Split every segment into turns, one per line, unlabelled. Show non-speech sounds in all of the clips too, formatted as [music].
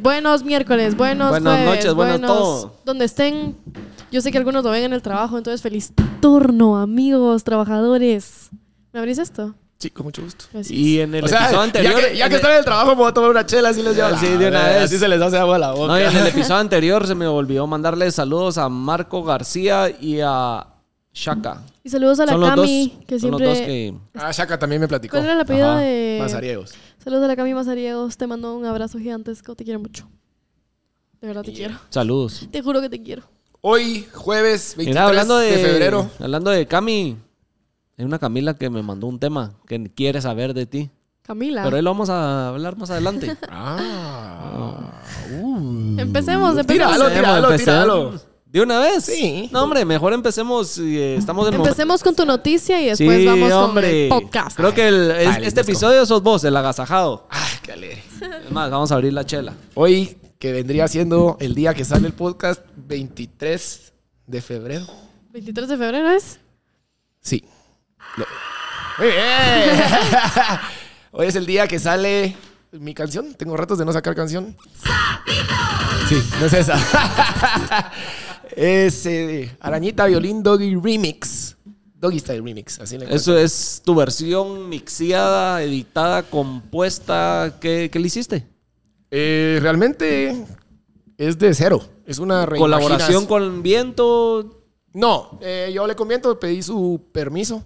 Buenos miércoles, buenos
Buenas
jueves,
noches, buenos todo.
Donde estén, yo sé que algunos lo ven en el trabajo, entonces feliz turno, amigos, trabajadores. ¿Me abrís esto?
Sí, con mucho gusto.
Gracias.
Y en el
O sea,
episodio anterior.
ya que, ya
en
que
el-
están en el trabajo, me voy a tomar una chela, así les llevo.
Sí,
la
de una
verga,
vez.
Así se les hace agua a la boca.
No, y en el episodio anterior se me olvidó mandarles saludos a Marco García y a Shaka.
Y saludos a la
Son los
Cami,
dos-
que
son los
siempre...
dos que-
Ah, Shaka también me platicó.
¿Cuál era el apellido
Ajá,
de...?
Mazariegos.
Saludos a la Cami Mazariegos, te mando un abrazo gigantesco, te quiero mucho. De verdad te quiero.
Saludos.
Te juro que te quiero.
Hoy, jueves 23
Mira, hablando de,
de febrero.
Hablando de Cami. Hay una Camila que me mandó un tema que quiere saber de ti.
Camila.
Pero ahí lo vamos a hablar más
[laughs]
adelante.
Ah.
Empecemos, empecemos.
[laughs] Tíralo, tíralo,
Empecemos,
tíralo.
¿De una vez?
Sí.
No, hombre, mejor empecemos. y, eh, estamos en momento-
Empecemos con tu noticia y después
sí,
vamos
hombre.
con el podcast.
Creo que el- es-
Dale,
este
let's go.
episodio sos vos, el agasajado.
Ay, Ah, qué alegre.
Es más, vamos a abrir la chela.
Hoy, que vendría siendo el día que sale el podcast, 23 de febrero.
23 de febrero es.
Sí. Lo- Muy bien. [laughs] Hoy es el día que sale mi canción. Tengo ratos de no sacar canción. Sí, no es esa. [laughs] es eh, Arañita Violín Doggy Remix. Doggy Style Remix, así le
Eso es tu versión mixiada, editada, compuesta. ¿Qué, qué le hiciste?
Eh, realmente es de cero. Es una
¿Colaboración
reimaginación.
con Viento?
No, eh, yo le comento, pedí su permiso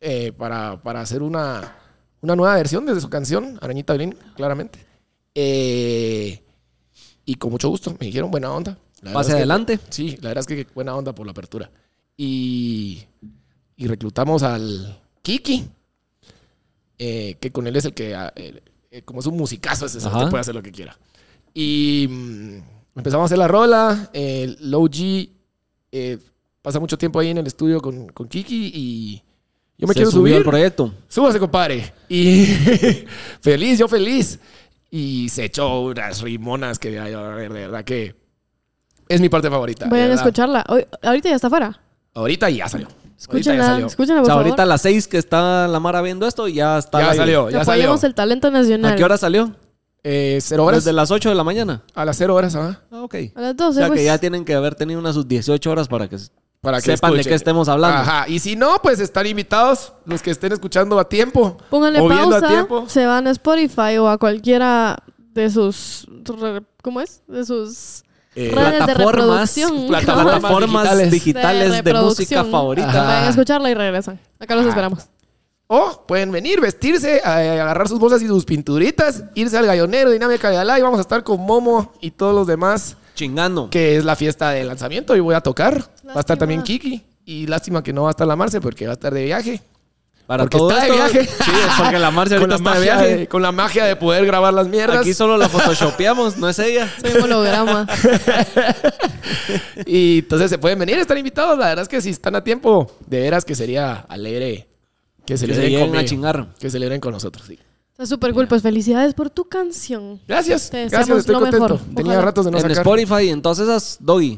eh, para, para hacer una, una nueva versión de su canción, Arañita Blin, claramente. Eh, y con mucho gusto, me dijeron buena onda. La verdad
Pase
es que-
adelante.
sí, la verdad es que buena onda por la apertura. Y, y reclutamos al Kiki, eh, que con él es el que, ah, el- eh, como es un musicazo, ese
Ajá.
te puede hacer lo que quiera. Y mm, empezamos a hacer la rola. eh, Low G eh, pasa mucho tiempo ahí en el estudio con, con Kiki y yo me
Se
quiero
subió
subir.
al proyecto.
Súbase, compadre. Y [laughs] feliz, yo feliz. Y se echó unas rimonas que ay, de verdad que es mi parte favorita. de
Vayan a
verdad.
escucharla. Hoy- ahorita ya está afuera.
Ahorita ya salió. Ahorita ya
Escúchenla,
salió.
escúchenla,
O
por
sea,
favor.
ahorita a las 6 que está la Mara viendo esto, ya está. al
Ya
aire.
salió, ya salió.
Apoyemos el talento nacional.
¿A qué hora salió?
Eh, cero horas.
Desde las 8 de la mañana.
A las cero horas, ¿ah?
Ah, ok.
A las
O
12,
sea
pues.
que ya tienen que haber tenido unas sus 18 horas para que
Para que
sepan de
escuchen.
qué estemos hablando.
Ajá. Y si no, pues están invitados los que estén escuchando a tiempo.
Pónganle
o viendo a
pausa.
tiempo.
Se van a Spotify o a cualquiera de sus. re- ¿Cómo es? De sus.
Eh,
redes de
plataformas,
reproducción.
[laughs]
[laughs]
plataformas digitales,
digitales.
de, música
reproducción.
favorita. Ah.
Vayan a escucharla y regresan. Acá los
Ajá.
esperamos.
O pueden venir, vestirse, a- a agarrar sus bolsas y sus pinturitas, irse al gallonero, dinámica de Alá y vamos a estar con Momo y todos los demás.
Chingando.
que es la fiesta de lanzamiento y voy a tocar. Va a estar
Lástima.
también Kiki. Y lástima que no va a estar la Marce porque va a estar de viaje.
Para
porque
todo
está de
esto-
viaje.
[laughs] Sí, es porque la Marcia
con,
ahorita
la
está de
magia
viaje.
de- con la magia de poder grabar las mierdas.
Aquí solo la photoshopeamos, no es ella.
Soy un
[laughs]
holograma.
Y entonces se pueden venir, están invitados. La verdad es que si están a tiempo, de veras que sería alegre que
Que
celebren,
se lleguen a
conmigo.
chingar.
Que celebren con nosotros. sí.
Está súper cool. Pues felicidades por tu canción.
Gracias.
Te
Gracias,
deseamos
estoy
lo
contento.
mejor.
Tenía
Ojalá.
ratos de no
en
sacar.
Spotify y en todas esas, Doggy.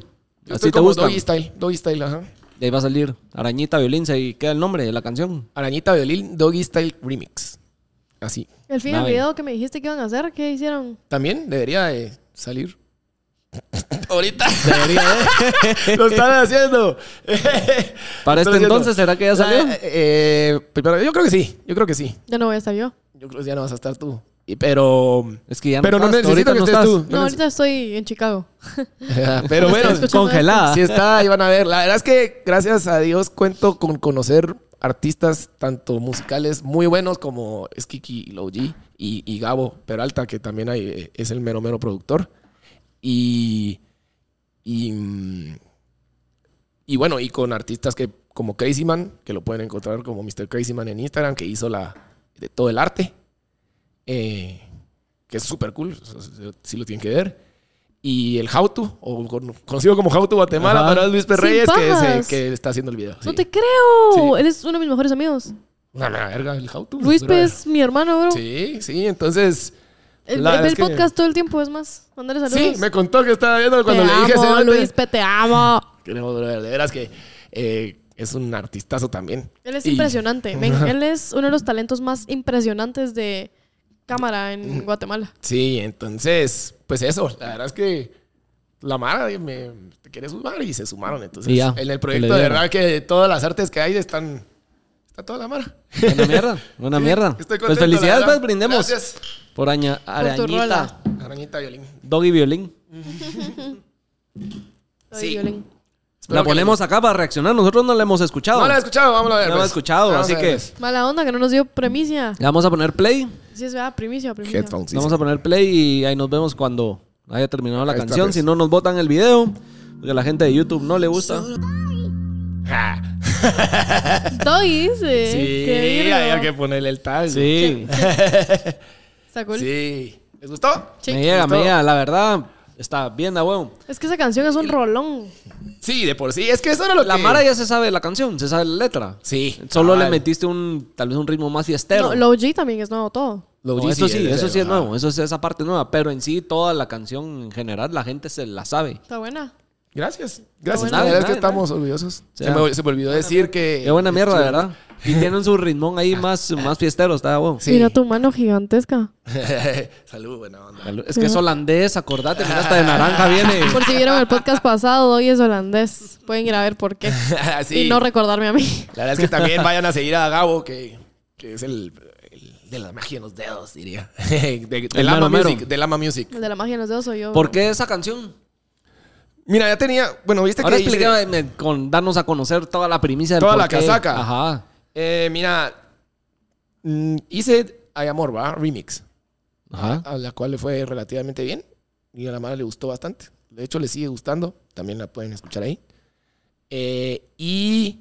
Así
Yo estoy
te
como
gusta.
Doggy Style. Doggy Style, ajá.
De ahí va a salir Arañita Violín, se ahí queda el nombre de la canción.
Arañita Violín, Doggy Style Remix. Así.
El fin del
Nave.
video que me dijiste que iban a hacer, ¿qué hicieron?
También debería de salir. Ahorita. [laughs] Debería
[laughs]
Lo están haciendo.
Para
Lo
este
están haciendo.
entonces, ¿será que ya salió?
Eh, eh, primero, yo creo que sí. Yo creo que sí.
Ya no voy a estar yo.
Yo creo que ya no vas a estar tú. Y- pero. [laughs]
Es que ya
pero no
estás,
necesito que
ahorita
estés
no
tú.
No, ahorita estoy en Chicago.
necesito- pero bueno,
[laughs]
Estoy escuchando
Congelada.
si está, y van a ver. La verdad es que, gracias a Dios, cuento con conocer artistas tanto musicales muy buenos como Skiki y G y, y Gabo Peralta, que también hay- eh, es el mero mero productor. Y. Y. mm, Y bueno, y con artistas que como Crazy Man, que lo pueden encontrar como Mr. Crazy Man en Instagram, que hizo la de todo el arte. eh, que es súper cool, o sea, sí lo tienen que ver. Y el Jautu, o con- conocido como Jautu Guatemala,
Ajá.
para Luis
Sin
Perreyes, que, es el
pajas.
que está haciendo el video.
No
sí.
te creo.
Sí.
Eres uno de mis mejores amigos.
Una la verga, el Jautu.
Luis
brother.
es mi hermano, bro.
Sí, sí, entonces.
El,
la
ve
verdad
el
es que-
podcast todo el tiempo, es más. Mándale saludos.
Sí, me contó que estaba viendo cuando
te
le dije.
amo,
"Cerote".
Luis, te amo.
Queremos brother, de veras que eh, es un artistazo también.
Él es
Y-
impresionante. men. él es uno de los talentos más impresionantes de cámara en Guatemala.
Sí, entonces, pues eso, la verdad es que la Mara me te quiere sumar y se sumaron. Entonces,
Y ya,
en el
que
proyecto,
le
de
dieron.
verdad que todas las artes que hay están. Está toda
[laughs]
la Mara.
Buena mierda, buena
Sí,
mierda.
estoy
pues
contento,
felicidades,
la
pues
verdad.
brindemos.
Gracias.
Por aña,
tu
arañita,
rola.
Arañita violín.
doggy violín.
Soy
Sí.
violín.
Espero
la
que-
ponemos acá para reaccionar. Nosotros no la hemos escuchado.
No la he escuchado, vamos a ver.
No la he
pues.
escuchado,
Vamos
así
a
que
ver,
le
pues.
Mala onda que no nos dio premicia.
vamos a poner play.
Sí, es verdad, primicia, primicia.
Headphones, sí,
le vamos
sí.
a poner play y ahí nos vemos cuando haya terminado la
Ahí está,
canción.
pues.
Si no nos botan el video, porque a la gente de YouTube no le gusta.
Ja.
Doggy dice.
Ah, Sí,
qué virgo.
había que ponerle el tal.
Sí,
Está cool.
Sí. ¿Les gustó?
Sí.
me llega, me
Gustó.
llega. La verdad, está bien da huevo.
Es que esa canción es un rolón.
Sí, de por sí. Es que eso era lo
La
que.
Mara ya se sabe la canción, se sabe la letra.
Sí.
Solo le
cabal.
metiste un, tal vez un ritmo más fiestero.
No, Low G también es nuevo todo.
Lo
No,
G
eso sí,
es
eso sí es
verdad.
nuevo, eso es esa parte nueva, pero en sí toda la canción en general la gente se la sabe.
Está buena.
Gracias. Gracias.
bueno.
la verdad es que
Nada, nada.
estamos orgullosos.
Sí.
Se me, se me olvidó decir que.
¿eh? Qué buena mierda, de ¿verdad? Y tienen su ritmón ahí más, más fiestero, está bueno.
Sí.
Mira tu mano gigantesca.
[laughs] Salud, buena
[laughs]
onda.
Es que es holandés, acordate, mira,
[laughs]
hasta de naranja viene.
[laughs] Por si vieron el podcast pasado, Doggy es holandés. Pueden ir a ver por qué.
[laughs] Ah,
sí.
Y no recordarme a mí. [laughs]
La verdad es que también vayan a seguir a Gabo, que, que es el, el de la magia en los dedos, diría. [laughs] De, de,
El
Lama
mero, mero.
Music, de Lama Music.
El de la magia de los dedos soy yo.
¿Por qué esa canción?
Mira, ya tenía. Bueno, viste
Ahora
que. hice-
explícame con darnos a conocer toda la primicia del
Toda
por
la
qué.
casaca.
Ajá.
Eh, mira. mm, Hice Hay Amor, ¿va? Remix.
Ajá.
A la cual le fue relativamente bien. Y a la Mara le gustó bastante. De hecho, le sigue gustando. También la pueden escuchar ahí. Eh, y.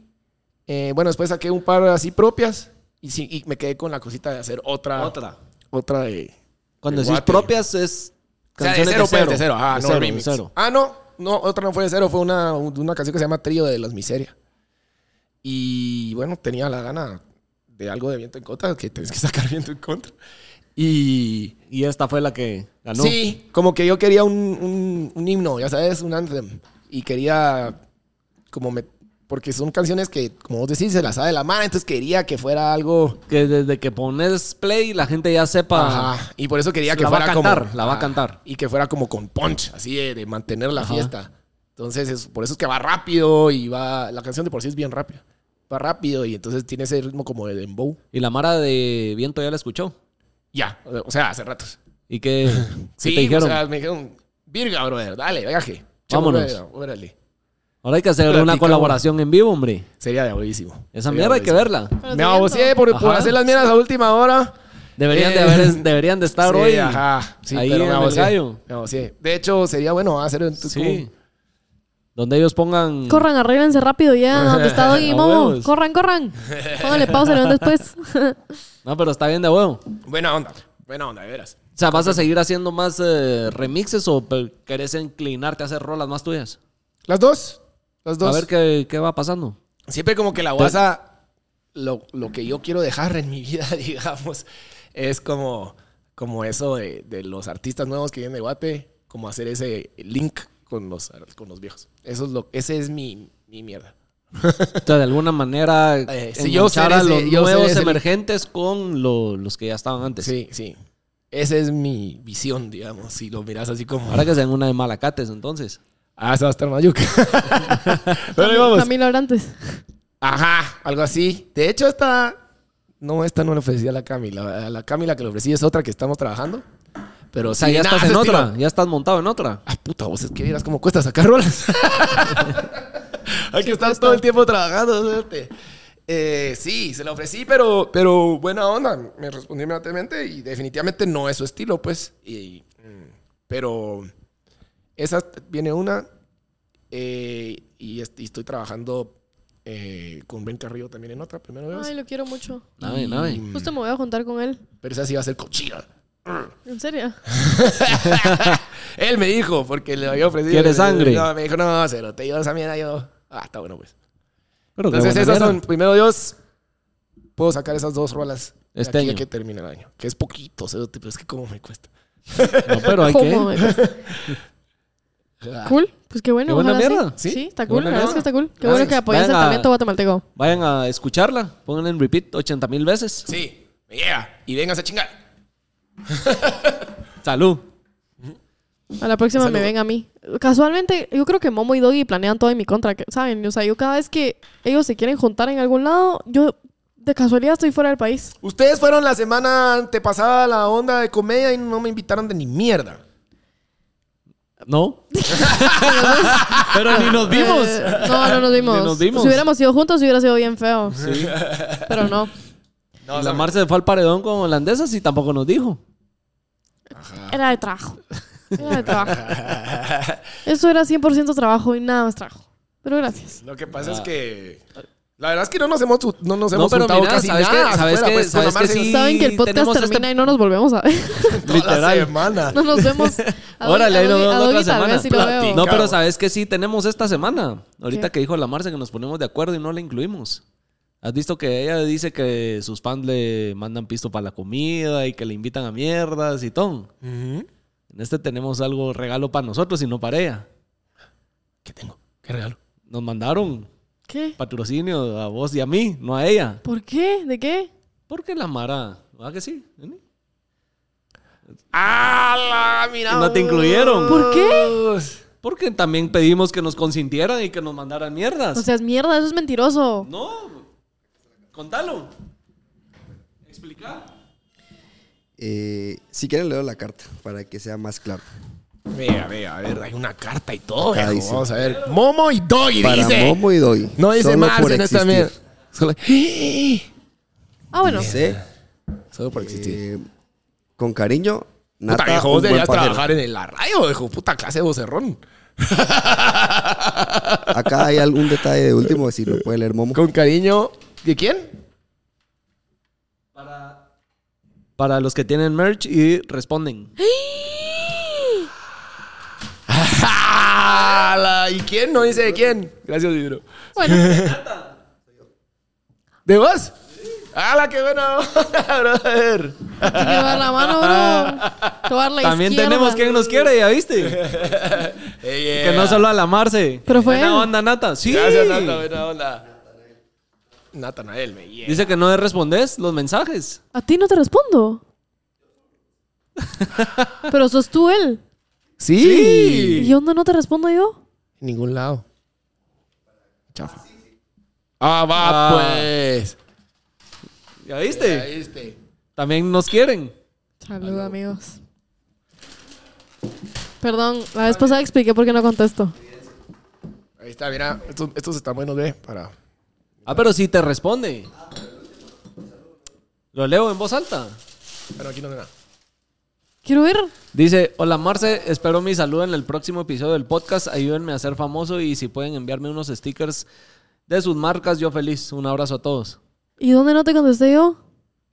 eh, bueno, después saqué un par así propias. Y, sí, y me quedé con la cosita de hacer otra.
Otra.
Otra de.
Cuando
de
decís
Guate.
propias es
O sea, de
canciones
cero, pues, de
de
cero. Ah,
De
no,
cero,
remix.
de cero.
Ah, no, no, otra no fue de cero, fue una, una canción que se llama Trío de las Miserias. Y bueno, tenía la gana de algo de viento en contra, que tenés que sacar [laughs] viento en contra. Y.
Y esta fue la que ganó.
Sí, como que yo quería un, un- un himno, ya sabes, un anthem. Y quería. Como me. Porque son canciones que, como vos decís, se las sabe la mano, entonces quería que fuera algo.
Que desde que pones play la gente ya sepa.
Ajá. Y por eso quería
La
que
va a
fuera
cantar,
como.
la va a
Ah,
cantar.
Y que fuera como con punch, así de, de mantener la
Ajá.
fiesta. Entonces, es- por eso es que va rápido y va. La canción de por sí es bien rápida. Va rápido y entonces tiene ese ritmo como de dembow.
Y la Mara de Viento ya la escuchó.
Ya, o sea, hace ratos.
¿Y
[laughs]
qué, qué
Sí, pues,
te dijeron?
o sea, me dijeron, Virga, brother, dale, viaje.
Vámonos.
Chamo, brother, Órale.
Ahora hay que hacer una
platicamos.
colaboración en vivo, hombre.
Sería diabolísimo.
Esa mierda hay que verla.
Pero
Me
te
abocé
miento.
por, por
Ajá.
hacer las mierdas a última hora.
Deberían, de,
Eh,
haber- deberían de estar
Sí,
hoy.
Ajá. Sí,
ahí
pero
en el
me abocé.
gallo.
Me abocé. De hecho, sería bueno hacer un
Sí. Donde ellos pongan.
Corran, arréglense rápido
[laughs]
ya. ¿Dónde está Doggy y
A
Momo?
huevos.
Corran, corran. Pónganle pausa, le van
[laughs]
después.
No, pero está bien de huevo. O
Buena onda. Buena onda, de veras.
sea, ¿vas a seguir haciendo más eh, remixes o pe- querés inclinarte a hacer rolas más tuyas?
Las dos. Las dos.
A ver qué, qué va pasando.
Siempre como que la guasa, lo, lo que yo quiero dejar en mi vida, [laughs] digamos, es como, como eso de, de los artistas nuevos que vienen de Guate, como hacer ese link con los, con los viejos. Eso es lo, ese es mi, mi mierda.
O sea, de alguna manera,
[laughs] Eh, sí, yo
enganchar a
seré
los
ese- yo seré
nuevos
ese-
emergentes con lo- los que ya estaban antes.
Sí, sí. Esa es mi visión, digamos, si lo miras así como...
Ahora que sean una de Malacates, entonces.
Ah, se va a
[laughs]
estar Mayuca. Pero ahí vamos.
Camilo Orantes.
Ajá, algo así. De hecho, esta. No, esta no le ofrecí a la Camila. A la Camila que le ofrecí es otra que estamos trabajando. Pero
O sea, ya estás en otra, ya estás montado en otra.
Ah, puta, vos es que vieras cómo cuesta
[laughs]
sacar rolas. Hay que estar todo el tiempo trabajando. suerte. Eh, sí, se la ofrecí, pero, pero buena onda. Me respondió inmediatamente y definitivamente no es su estilo, pues. Y, mm, pero esa viene una eh, y, est- y estoy trabajando eh, con Ben Carrillo también en otra, primero vez.
Ay, lo quiero mucho.
Nave, nave.
Y-
Justo me voy a juntar con él.
Mm, Pero esa sí va a ser cochina.
¿En serio?
Él me dijo, porque le había ofrecido.
¿Quieres sangre?
No, me dijo, no, cero, te llevo esa mierda. Yo, ah, está bueno, pues.
Pero qué
Entonces,
buena
esas
mierda.
son, primero Dios, puedo sacar esas dos rolas. de
Este
aquí a
año.
que termine el año. Que es poquito, cerote, pero es que cómo me cuesta.
No, pero
[laughs]
hay
¿Cómo?
[laughs] que.
Ah,
Cool. Pues qué bueno.
Qué buena
ojalá sí.
mierda.
Sí,
Sí,
está
qué
cool.
buena
La verdad es que
mierda.
está cool. Qué
Gracias.
bueno que apoyas el
Venga.
talento guatemalteco.
Vayan a escucharla, pongan en repeat 80 mil veces.
Sí, me llega. Y vengas a chingar.
Salud.
A la próxima
Saludo.
me ven a mí. Casualmente, yo creo que Momo y Doggy planean todo en mi contra, que- ¿saben? O sea, yo cada vez que ellos se quieren juntar en algún lado, yo de casualidad estoy fuera del país.
Ustedes fueron la semana antepasada a la onda de comedia y no me invitaron de ni mierda. [laughs]
No. [laughs] Pero ni nos vimos.
Eh, no, no nos vimos.
[laughs] Ni nos vimos.
Si hubiéramos ido juntos, hubiera sido bien feo.
Sí.
[laughs] Pero no.
Y la Mar se fue al paredón con holandesas y tampoco nos dijo. Ah.
Era de trabajo. Era de trabajo. Eso era 100% trabajo y nada más trabajo. Pero gracias.
Lo que pasa es que. La verdad es que no nos hemos, no nos hemos
Ah. pero
juntado
mira,
casi
¿sabes
nada.
qué? ¿Sabes
afuera,
qué?
pues, con la
¿Sabes qué?
Marce
Sí,
Saben que el podcast
tenemos este-
termina y no nos volvemos a ver. [laughs]
toda la
Literal.
semana.
No nos vemos. A Doggy-
[laughs] Órale,
a
ahí nos
Doggy-
vemos
a
la otra
Doggy tal
semana.
vez sí lo veo.
Platica.
No, pero
Cabo.
sabes que sí tenemos esta semana. Ahorita
¿Qué?
que dijo la Marce que nos ponemos de acuerdo y no la incluimos. Has visto que ella dice que sus fans le mandan pisto para la comida y que le invitan a mierdas y todo.
Ujú.
En este tenemos algo regalo para nosotros y no para ella.
¿Qué tengo? ¿Qué regalo?
Nos mandaron
¿Qué?
patrocinio a vos y a mí, no a ella.
¿Por qué? ¿De qué?
Porque la Mara, ¿verdad que sí? Vení.
¡Ah, mira!
Y no te incluyeron.
¿Por
qué?
Porque también pedimos que nos consintieran y que nos mandaran mierdas.
O sea, es mierda, eso es mentiroso.
no, contalo. Explica.
Eh, si quieren leo la carta para que sea más claro.
Vea, vea, a ver, hay una carta y todo,
Acá
viejo.
dice.
Vamos a ver. Momo y Doggy
Para
dice.
Momo y Doy.
no dice
solo
más
por
en esta mierda.
existir.
Solo, [gasps]
Ah, bueno.
Dice,
solo por existir.
eh, con cariño,
Puta,
Nata,
viejo,
un
vos
buen
deberías
pajero.
trabajar en el- la radio, viejo. Puta clase de vocerrón.
Acá hay algún detalle de último, si lo puede leer Momo.
Con cariño. ¿De quién? [laughs]
Para los que tienen merch y responden.
Pues,
Ah, la- ¿Y quién? No dice de quién. Gracias, Vidro.
[laughs]
Bueno,
¿De vos? ¡Hala, qué bueno! [laughs] brother!
te quiero dar la mano, bro. Te voy a dar la
También
izquierda.
tenemos quien nos quiere, ¿ya
[laughs]
viste?
Ey, ey.
Que no solo a la Marce.
Pero fue él.
Buena onda, Nata. Sí.
Gracias, Nata, buena onda. Natanael, me yeah.
Dice que no respondes los mensajes.
A ti no te respondo. Pero sos tú él.
Sí.
¿Y yo no, no te respondo yo?
En ningún lado. Chafa. Ah, va,
Ah.
pues.
¿Ya viste?
Ahí este.
También nos quieren.
Salud, amigos. Perdón, la vez pasada expliqué por qué no contesto.
Ahí está, mira. Estos, estos están buenos, ve. Para.
Ah, pero sí te responde. Lo leo en voz alta.
Pero aquí no se nada.
Quiero ir.
Dice, hola Marce, espero mi saludo en el próximo episodio del podcast. Ayúdenme a ser famoso y si pueden enviarme unos stickers de sus marcas, yo feliz. Un abrazo a todos.
¿Y dónde no te contesté yo?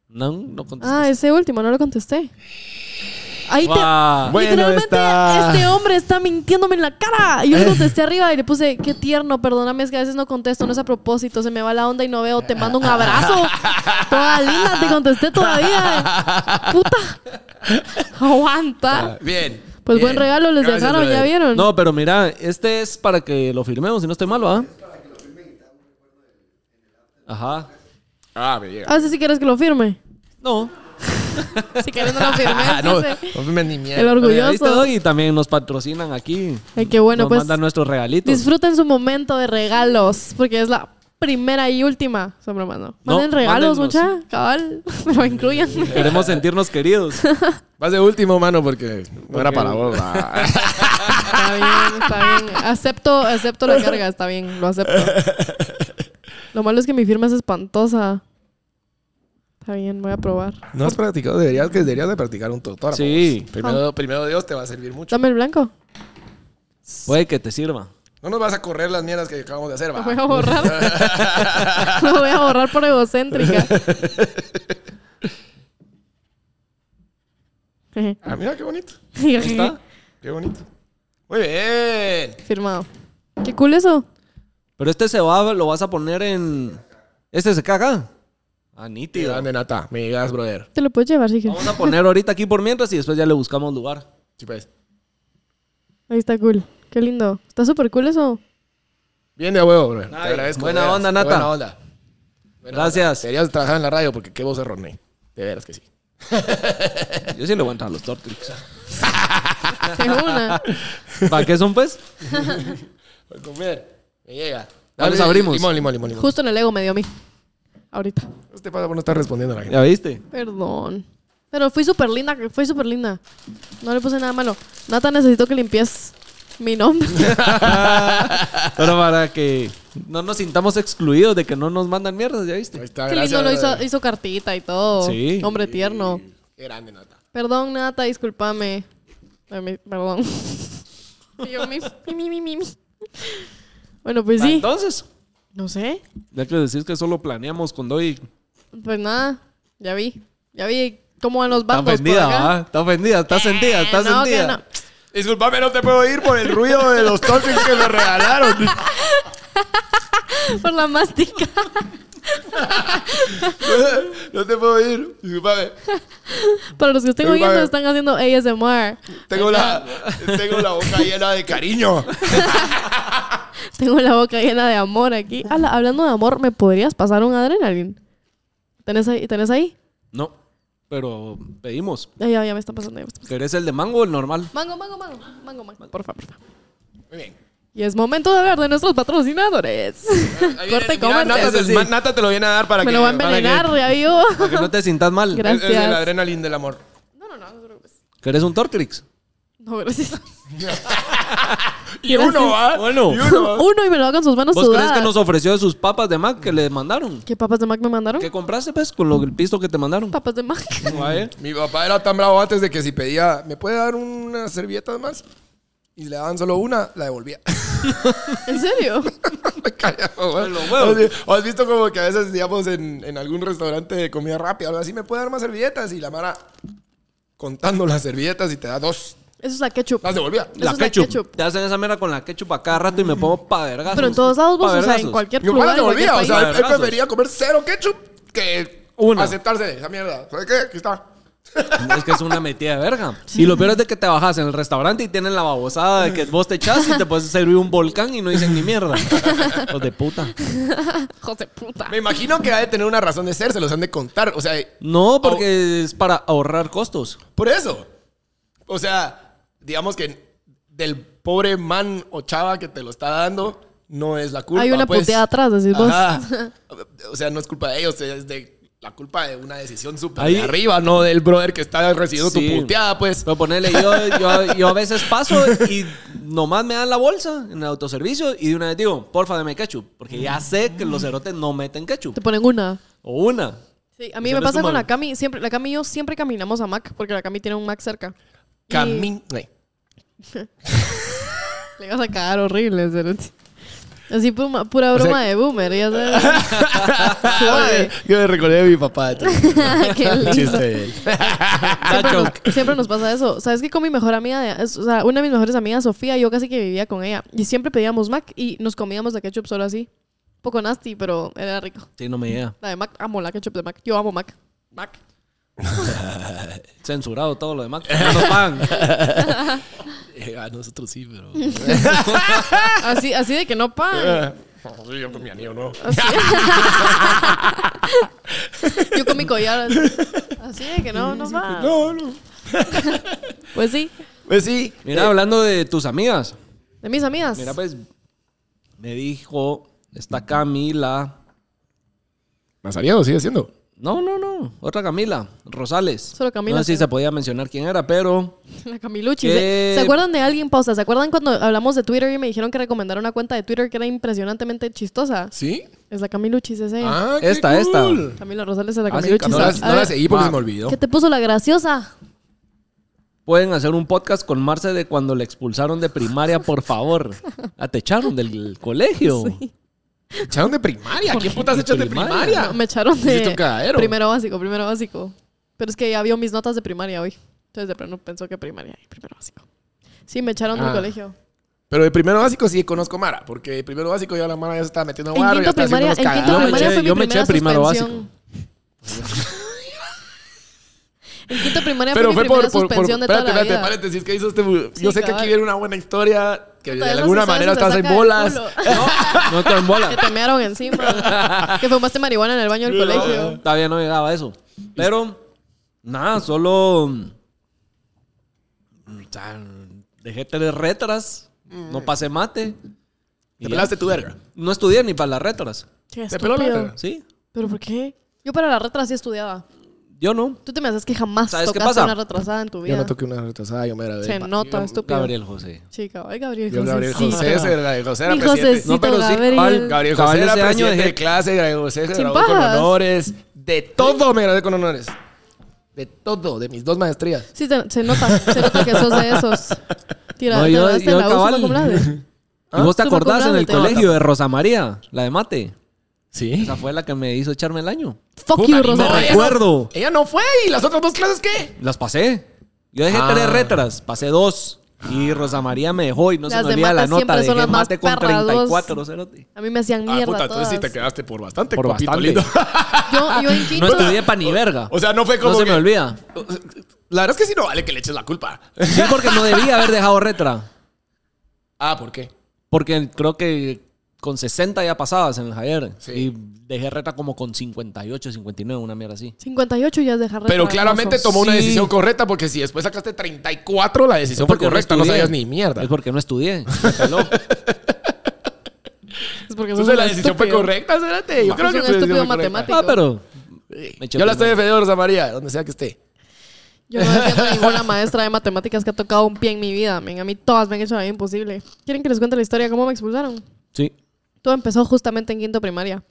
No, no contestas.
Ah, ese último, no lo contesté. Ahí te,
Guau.
Bueno,
Literalmente,
está.
este hombre está mintiéndome en la cara.
[laughs]
Y Yo le contesté arriba y le puse, qué tierno, perdóname, es que a veces no contesto, no es a propósito, se me va la onda y no veo, te mando un
[laughs]
abrazo. Toda linda, te contesté todavía. Puta. Aguanta.
Bien.
Pues
bien.
buen regalo les
Gracias,
dejaron, ya
brother.
vieron.
No, pero mira, este es para que lo firmemos, si no estoy malo, ¿ah? Ajá.
Ah, me llega.
Ah, sí, si quieres que lo firme.
No.
Si quieres
[laughs]
no lo firmes,
Ah, no.
dice.
No me ni
El
mierda.
orgulloso.
Y también nos patrocinan aquí.
Ay, qué bueno,
nos
pues.
mandan nuestros regalitos.
Disfruten su momento de regalos, porque es la primera y última. Son bromas, ¿no?
No,
Manden regalos,
mándennos.
mucha. Cabal. [laughs] Pero incluyan.
Queremos
[laughs]
sentirnos queridos.
Vas de último, mano, porque no era para vos.
[laughs]
ah.
[laughs] Está bien, está bien. Acepto, acepto la carga, está bien, lo acepto. Lo malo es que mi firma es espantosa. Está bien, voy a probar.
No has practicado, deberías, que deberías de practicar un doctor.
Sí.
Primero, primero Dios te va a servir mucho.
Dame el blanco.
Puede que te sirva.
No nos vas a correr las mierdas que acabamos de hacer,
Lo
va.
voy a borrar. Lo voy a borrar por egocéntrica. [laughs]
Ah, mira, qué bonito.
Ahí está.
Qué bonito. Muy bien.
Firmado. Qué cool eso.
Pero este se va, lo vas a poner en. Este se caga. Ah,
Te
nítido.
dan de nata. Me llegas, brother.
Te lo puedes llevar si quieres.
Vamos a poner ahorita aquí por mientras y después ya le buscamos lugar.
Sí, pues.
Ahí está cool. Qué lindo. Está súper cool eso.
Bien de a huevo, brother.
Ay,
te agradezco.
buena
de veras.
onda, nata.
Buena onda. Buena
Gracias.
onda. Deberías trabajar en la radio porque qué voz errónea. De veras que sí.
Yo sí le voy a entrar a los Tortrix.
De una.
¿Para qué son, pues?
Voy a comer. Me llega.
¿Cuáles abrimos?
Limón, limón, limón. limón.
Justo en el ego me dio a mí. Ahorita.
Este pasa por no estar respondiendo a la gente.
¿Ya [laughs] viste?
Perdón. Pero fui súper linda, fui súper linda. No le puse nada malo. Nata, necesito que limpies mi nombre.
Pero para que no nos sintamos excluidos de que no nos mandan mierdas, ¿ya
Ahí
viste?
está,
Qué lindo, lo hizo,
brother.
hizo cartita y todo.
Ah, Sí.
Hombre tierno.
Qué grande, Nata.
Perdón, Nata, discúlpame. Ay, mi- Perdón. [laughs] Y yo, mi, mi, mi, mi, mi, mi. Bueno, pues
Ah,
sí.
Entonces,
No sé.
ya que decís que solo planeamos con Doy.
Pues nada, ya vi. Ya vi cómo van los
Está
bandos. por
ofendida, ¿ah?
acá. Eh,
¿va? Está ofendida, está sentida, está
no, que
sentida.
no.
Disculpame, no te puedo ir por el ruido de los toques que me regalaron.
Por la mástica.
No te puedo ir. Disculpame.
Para los que estén
Pero,
oyendo,
vaya.
están haciendo ASMR.
Tengo [laughs] la, tengo la boca llena de cariño.
Tengo la boca llena de amor aquí. Ala, hablando de amor, ¿me podrías pasar un adrenaline? ¿Tenés ahí? ¿Tenés ahí?
No, pero pedimos.
Ay, ya, ya me está pasando. ya me está pasando.
¿Querés el de mango o el normal?
Mango, mango, mango. Mango, mango. Por favor, por favor.
Muy bien.
Y es momento de hablar de nuestros patrocinadores.
Ahí viene,
Corte
mira, Nata,
comercial.
te,
Sí.
Nata te lo viene a dar para
Me
que...
lo va a
para que-
envenenar, ya vivo.
Para que no te sintas mal.
Gracias.
Es, es el adrenalin del amor.
No, no, no. No, te preocupes.
¿Querés un Tortrix?
No, gracias.
Y uno, ¿ah?
Bueno.
Y uno.
Uno y me lo va con sus manos
¿Vos
sudadas.
crees que nos ofreció de sus papas de Mac que le mandaron?
¿Qué papas de Mac me mandaron?
¿Qué compraste, pues, con lo, el pisto que te mandaron?
Papas de Mac.
Guay.
Mi papá era tan bravo antes de que si pedía, ¿me puede dar unas servilletas más? Y le daban solo una, la devolvía. [laughs]
¿En serio?
Callado, güey.
Los huevos.
¿Has vi- ¿O has visto como que a veces, digamos, en, en algún restaurante de comida rápida, o algo así, me puede dar más servilletas? Y la Mara contando las servilletas y te da dos.
Eso es la ketchup.
Las devolvía.
Eso es la ketchup.
Te hacen esa mera con la ketchup a cada rato y me pongo pa' vergazos.
Pero en todos lados vos,
Pa'
o sea, en
vergazos.
cualquier
Mi papá
lugar,
las
en cualquier
devolvía. O
país.
sea, él- él
Abrazos.
prefería comer cero ketchup que
Una.
aceptarse de esa mierda. ¿Sabes qué? Aquí está.
[laughs] Es que es una metida de verga. Y lo peor es de que te bajas en el restaurante y tienen la babosada de que vos te echas y te puedes servir un volcán y no dicen ni
[laughs]
mierda. Hijos de puta.
Hijos de puta.
Me imagino que ha de tener una razón de ser, se los han de contar. O sea,
No, porque es para ahorrar costos.
Por eso. O sea, digamos que del pobre man o chava que te lo está dando, no es la culpa.
Hay una
pues.
puteada atrás, decís vos. [laughs]
Ajá. O sea, no es culpa de ellos, es de la culpa de una decisión súper
Ahí-
de arriba, no del brother que está recibiendo
Sí.
tu puteada, pues.
Pero ponerle, yo, yo, yo a veces paso y nomás me dan la bolsa en el autoservicio y de una vez digo, porfa, deme ketchup. Porque ya sé que los cerotes no meten
Te
ketchup.
ponen una.
O una.
Sí, a mí me
Ese no es
pasa
tu
con
madre.
la Cami. Siempre, la Cami y yo siempre caminamos a Mac porque la Cami tiene un Mac cerca. Y
Camino.
Le ibas a cagar horrible, cerote. Así puma- pura broma de boomer, ya sabes. Suave.
Yo me recordé de mi
[laughs]
papá. entonces,
Qué lindo.
chiste de él.
Siempre nos, siempre nos pasa eso. ¿Sabes que con mi mejor amiga, de- es- o sea, una de mis mejores amigas, Sofía, yo casi que vivía con ella. Y siempre pedíamos Mac y nos comíamos la ketchup solo así. Un poco nasty, pero era rico.
Sí, no me llega.
La de Mac, amo la ketchup de Mac. Yo amo Mac. Mac.
Censurado todo lo demás. No nos pagan.
[laughs] Eh, A nosotros
[laughs]
sí, pero.
Así, así de que no pan.
Sí, yo con mi anillo, ¿no?
Así. [laughs] Yo con mi collar. así. Así de que no, no pan.
No, no.
Pues sí,
Pues sí.
Mira, hablando de tus amigas.
de mis amigas.
Mira, pues, me dijo, está Camila.
Mazariego sigue siendo.
No, no, no. Otra Camila, Rosales.
Solo Camila,
No sé si
pero-
se podía mencionar quién era, pero
La Camiluchi.
¿Qué?
¿Se, se acuerdan de alguien? Pausa. ¿Se acuerdan cuando hablamos de Twitter y me dijeron que recomendaron una cuenta de Twitter que era impresionantemente chistosa?
¿Sí?
Es la Camiluchis, ese.
Ah, qué
Esta, esta.
cool.
Camila Rosales es la
Ah, sí,
Camiluchis.
No
Camila-
A
la,
ver,
no la seguí porque
Va.
se me olvidó.
¿Qué te puso la graciosa?
pueden hacer un podcast con Marce de cuando le expulsaron de primaria, por favor. Ah, te echaron del colegio.
Echaron de primaria. ¿Qué putas
¿De
echas de
primaria?
primaria?
No, me
[laughs]
echaron de
Hiciste un cagadero.
primero básico, primero básico. Pero es que ya vio mis notas de primaria hoy. Entonces de plano pensó que primaria y primero básico. Sí, me echaron del
Ah.
colegio.
Pero de primero básico sí conozco a Mara, porque de primero básico ya la Mara ya se estaba metiendo
en
guaro, ya
quinto
estaba haciendo
primaria, en
los
quinto primaria
Yo me eché-
cagados.
fue mi
yo me
primera
eché primero
suspensión. [laughs] en quinto primaria
Pero
fue
fue
mi
por,
primera
por, por
suspensión de
espérate,
toda la
espérate,
vida.
paréntesis que hizo este... bu-
Sí,
yo sé que
cabal.
aquí viene una buena historia, que de
Todas esas
alguna
historias
manera
se
estás en
saca del
bolas.
culo.
No te en
Que
bola.
te mearon
[laughs]
encima. que fumaste marihuana en el baño del colegio.
Todavía no llegaba a eso. Pero Nada, solo. mm, o sea, dejé tres retras.
Mm.
No pasé mate. y
Te
ya.
pelaste tu verga.
No estudié ni para las retras.
Qué
¿Te peló la
estúpido.
verga?
¿Sí?
¿Pero por qué? Yo para la retrasada sí estudiaba.
Yo no.
Tú te me haces que jamás
¿Sabes qué
tocaste
pasa?
una retrasada en tu vida.
Yo no toqué una retrasada, yo me grabé.
Se nota, estúpido.
Gabriel José.
Chica, ay, Gabriel
Yo Gabriel
José, sí,
José, ese
pero-
Gabriel José era
Mi
presidente.
Josecito,
No, pero sí,
Gabriel.
cabal,
Gabriel
Cabal,
José era
ese año
presidente
dejé-
de clase, Gabriel José se
Sin
graduó con
pajas.
honores. De todo me gradué con honores. De todo, de mis dos maestrías.
Sí, se, se nota, se nota que sos de
[laughs]
esos. Tira,
No,
te
yo-
grabaste
yo
en la U,
cabal.
suma cum laude.
¿Y vos te
Suma cum
acordás en
laude
el
te
colegio de Rosa María, la de mate?
Sí.
Esa fue la que me hizo echarme el año.
Fuck
Puta,
you,
ni
Rosa.
modo,
María.
ella
Recuerdo.
no- Ella no fue, ¿y las otras dos clases qué?
Las pasé. Yo dejé
Ah.
tres retras, pasé dos. Y Rosa María me dejó y no
Las
se me
de
olvida la
mate
nota.
siempre
Dejé
son las más
mate con
perras, vos.
34, cerote.
A mí me
Ah,
hacían mierda todas.
quedaste por bastante,
Por
papito
bastante.
lindo. [laughs]
Yo, yo en
No
quinto...
estudié pa' ni verga.
O sea, no fue como
No se
que-
me olvida.
La verdad es que sí no vale que le eches la culpa. [laughs]
Sí, porque no debía haber dejado retra.
Ah, ¿por qué?
Porque creo que con 60 ya pasabas en el Javier.
Sí.
Y dejé retra como con 58, 59, una mierda así.
58 ya es dejar
Pero
retraso.
claramente tomó una
Sí.
decisión correcta porque si después sacaste 34, la decisión fue
Porque
correcta, no,
estudié.
sabías ni mierda.
Es porque no
[laughs]
estudié. Me peló.
Es porque sos
Entonces la
un
decisión fue
estúpido.
correcta, espérate. Yo
Sos
creo
un
que fue la decisión
estúpido
fue correcta.
matemático.
ah, pero. me eché
Yo la estoy
primero.
defendiendo, Rosa María, donde sea que esté.
Yo no defiendo
[laughs]
a ninguna maestra de matemáticas que ha tocado un pie en mi vida. men. A mí todas me han hecho la vida imposible. ¿Quieren que les cuente la historia de cómo me expulsaron?
Sí.
Todo empezó justamente en quinto primaria.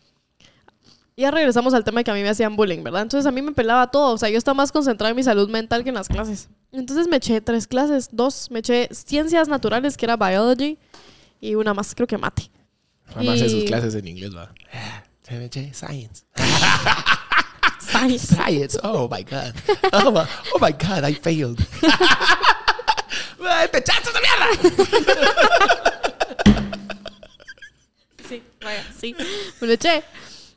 Ya regresamos al tema de que a mí me hacían bullying, ¿verdad? Entonces a mí me pelaba todo. O sea, yo estaba más concentrada en mi salud mental que en las clases. Entonces me eché tres clases, dos. Me eché ciencias naturales, que era biology, y una más, creo que mate.
Además de sus
Y-
clases en inglés, va. [sighs] Se me
[laughs]
eché Science.
Science.
Science. Oh my God. Oh my, oh my God, I failed. [laughs] ¡Te echaste esa mierda!
Sí, vaya, sí. [laughs] Me lo eché.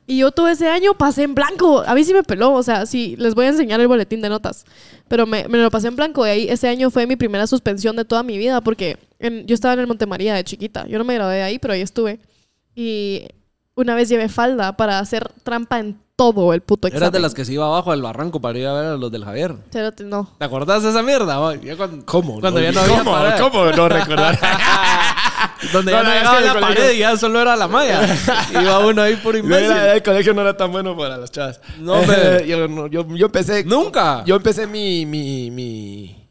Y yo todo ese año pasé en blanco. A mí sí me peló. O sea, sí, les voy a enseñar el boletín de notas. Pero me, me lo pasé en blanco. Y ahí ese año fue mi primera suspensión de toda mi vida. Porque en- yo estaba en el Montemaría de chiquita. Yo no me gradué de ahí, pero ahí estuve. Y una vez llevé falda para hacer trampa en todo el puto examen.
Eras de las que se iba abajo al barranco para ir a ver a los del Javier.
Espérate, no.
¿Te acordás de esa mierda? va? Ya cuando,
¿Cómo?
Cuando ya no había
¿Cómo?
pared.
¿Cómo no recordar?
[laughs] Donde ya
No,
no,
no, es
llegaba
que en el
la
colegio-
pared y ya solo era la malla.
[laughs]
Iba uno ahí por
No, era-
imbécil.
el colegio no era tan bueno para las chavas.
No, hombre.
[laughs] yo, no- yo, yo empecé.
Nunca.
Yo empecé mi. mi, mi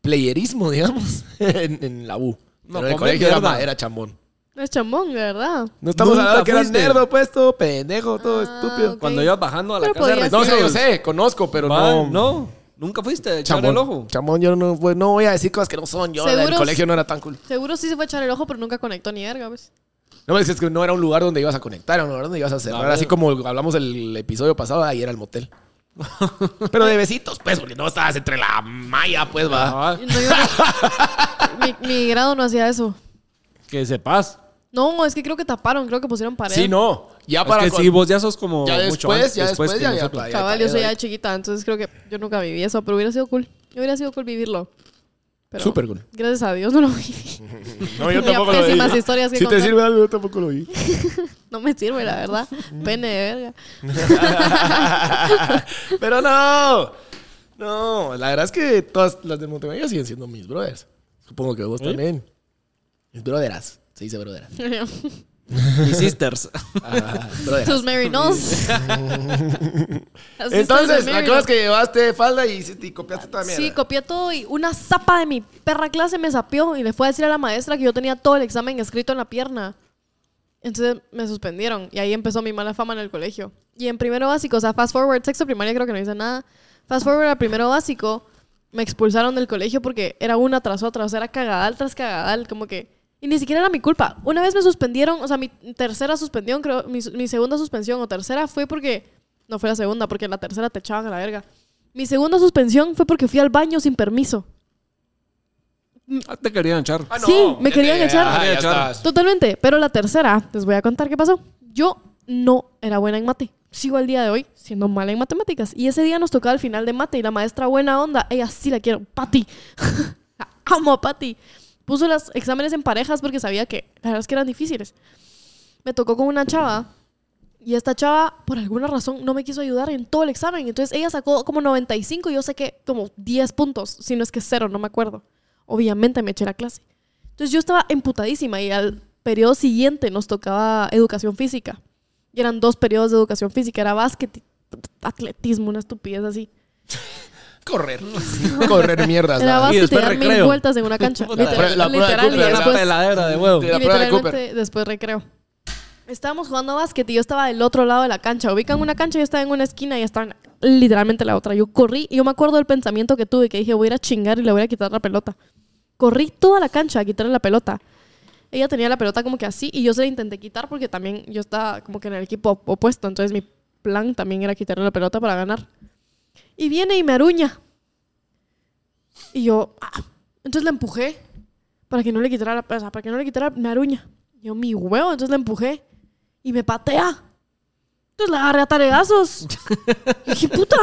playerismo, digamos, [laughs] en, en la U.
No,
Pero en el
come
colegio era,
mierda.
ma- era chambón.
No es chambón, de verdad.
No estamos
Nunca
hablando de que eras
fuiste.
nerdo, pues, todo pendejo, todo
Ah,
estúpido. Pues,
ok.
Cuando ibas bajando a la
Pero
casa de
podías-
No, o sea, yo
retiros.
sé, conozco, pero
Va,
no.
no. Nunca fuiste a echarle el ojo.
Chamón, yo no, pues, no voy a decir cosas que no son. Yo
¿Seguros?
el colegio no era tan cool.
Seguro sí se fue a echar el ojo, pero nunca conectó ni verga, pues.
No me decías que no era un lugar donde ibas a conectar, era un lugar donde ibas a cerrar.
ver.
Así como hablamos el episodio pasado, ahí era el motel. Pero de besitos, pues, porque no estabas entre la malla, pues, va.
Ah,
No, yo no- mi, mi grado no hacía eso.
que sepas.
No, es que creo que taparon, creo que pusieron pared.
Sí, no. Ya
Es
para.
que
cuando-
sí, vos ya sos como
Ya
mucho
después,
antes,
ya después,
que
ya-
nosotros.
ya-
Cabal, yo soy
ahí.
ya chiquita, entonces creo que yo nunca viví eso, pero hubiera sido cool. Hubiera sido cool vivirlo. Pero
Súper cool.
Gracias a Dios no lo viví.
[laughs] No,
yo tampoco lo vi. pésimas historias que
Si te
contar.
sirve algo, yo tampoco lo vi.
No me sirve, la verdad. Pene de verga.
[laughs] [laughs] Pero no. No, la verdad es que todas las de Montevideo siguen siendo mis brothers. Supongo que vos también. Mis brotheras. Se dice brotheras.
Mis
[laughs]
sisters.
Ah,
[laughs]
brotheras.
Sus merinos. Así son
Entonces,
sus
la
merinos.
cosa es que llevaste falda y, hiciste- y copiaste toda mierda.
Sí, copié todo y una zapa de mi perra clase me sapió y le fue a decir a la maestra que yo tenía todo el examen escrito en la pierna. Entonces me suspendieron y ahí empezó mi mala fama en el colegio. Y en primero básico, o sea, fast forward, sexto primaria creo que no hice nada. Fast forward a primero básico, me expulsaron del colegio porque era una tras otra, o sea, era cagadal tras cagadal, como que... Y ni siquiera era mi culpa. Una vez me suspendieron, o sea, mi tercera suspensión, creo, mi, mi segunda suspensión o tercera fue porque... No fue la segunda, porque la tercera te echaban a la verga. Mi segunda suspensión fue porque fui al baño sin permiso.
Ah, Te querían echar.
Ah,
Sí, me
ya
querían
te-
echar.
ah, ya
Querían echar.
estás.
Totalmente. Pero la tercera, les voy a contar qué pasó. Yo no era buena en mate. Sigo al día de hoy siendo mala en matemáticas. Y ese día nos tocaba el final de mate y la maestra buena onda, ella sí la quiero, Patti. La [laughs] Amo a Patti. Puso los exámenes en parejas porque sabía que la verdad es que eran difíciles. Me tocó con una chava Y esta chava, por alguna razón, no me quiso ayudar en todo el examen. Entonces ella sacó como 95 y yo saqué como 10 puntos, si no es que cero, no me acuerdo. Obviamente me eché la clase. Entonces yo estaba emputadísima y al periodo siguiente nos tocaba educación física. Y eran dos periodos de educación física, era básquet, y atletismo, una estupidez así.
Correr. [laughs] Correr mierdas.
Era
nada.
básquet
Y
y
después
dar mil
recreo.
vueltas en una cancha.
Puta,
Literal-
[laughs] la prueba de
literal, y
Cooper,
Era
la
una
después-
peladera de huevo.
Sí,
Y
la prueba de
literalmente
Cooper.
después recreo. Estábamos jugando básquet y yo estaba del otro lado de la cancha. Ubican una cancha, yo estaba en una esquina y estaba en literalmente la otra. Yo corrí y yo me acuerdo del pensamiento que tuve, que dije, voy a ir a chingar y le voy a quitar la pelota. Corrí toda la cancha a quitarle la pelota. Ella tenía la pelota como que así y yo se la intenté quitar porque también yo estaba como que en el equipo op- opuesto. Entonces mi plan también era quitarle la pelota para ganar. Y viene y me aruña. Y yo, ah. entonces la empujé para que no le quitara la, o sea, para que no le quitara, me aruña. Yo, mi huevo, entonces la empujé y me patea. Entonces la agarré a
[laughs]
talegazos. Y dije, puta.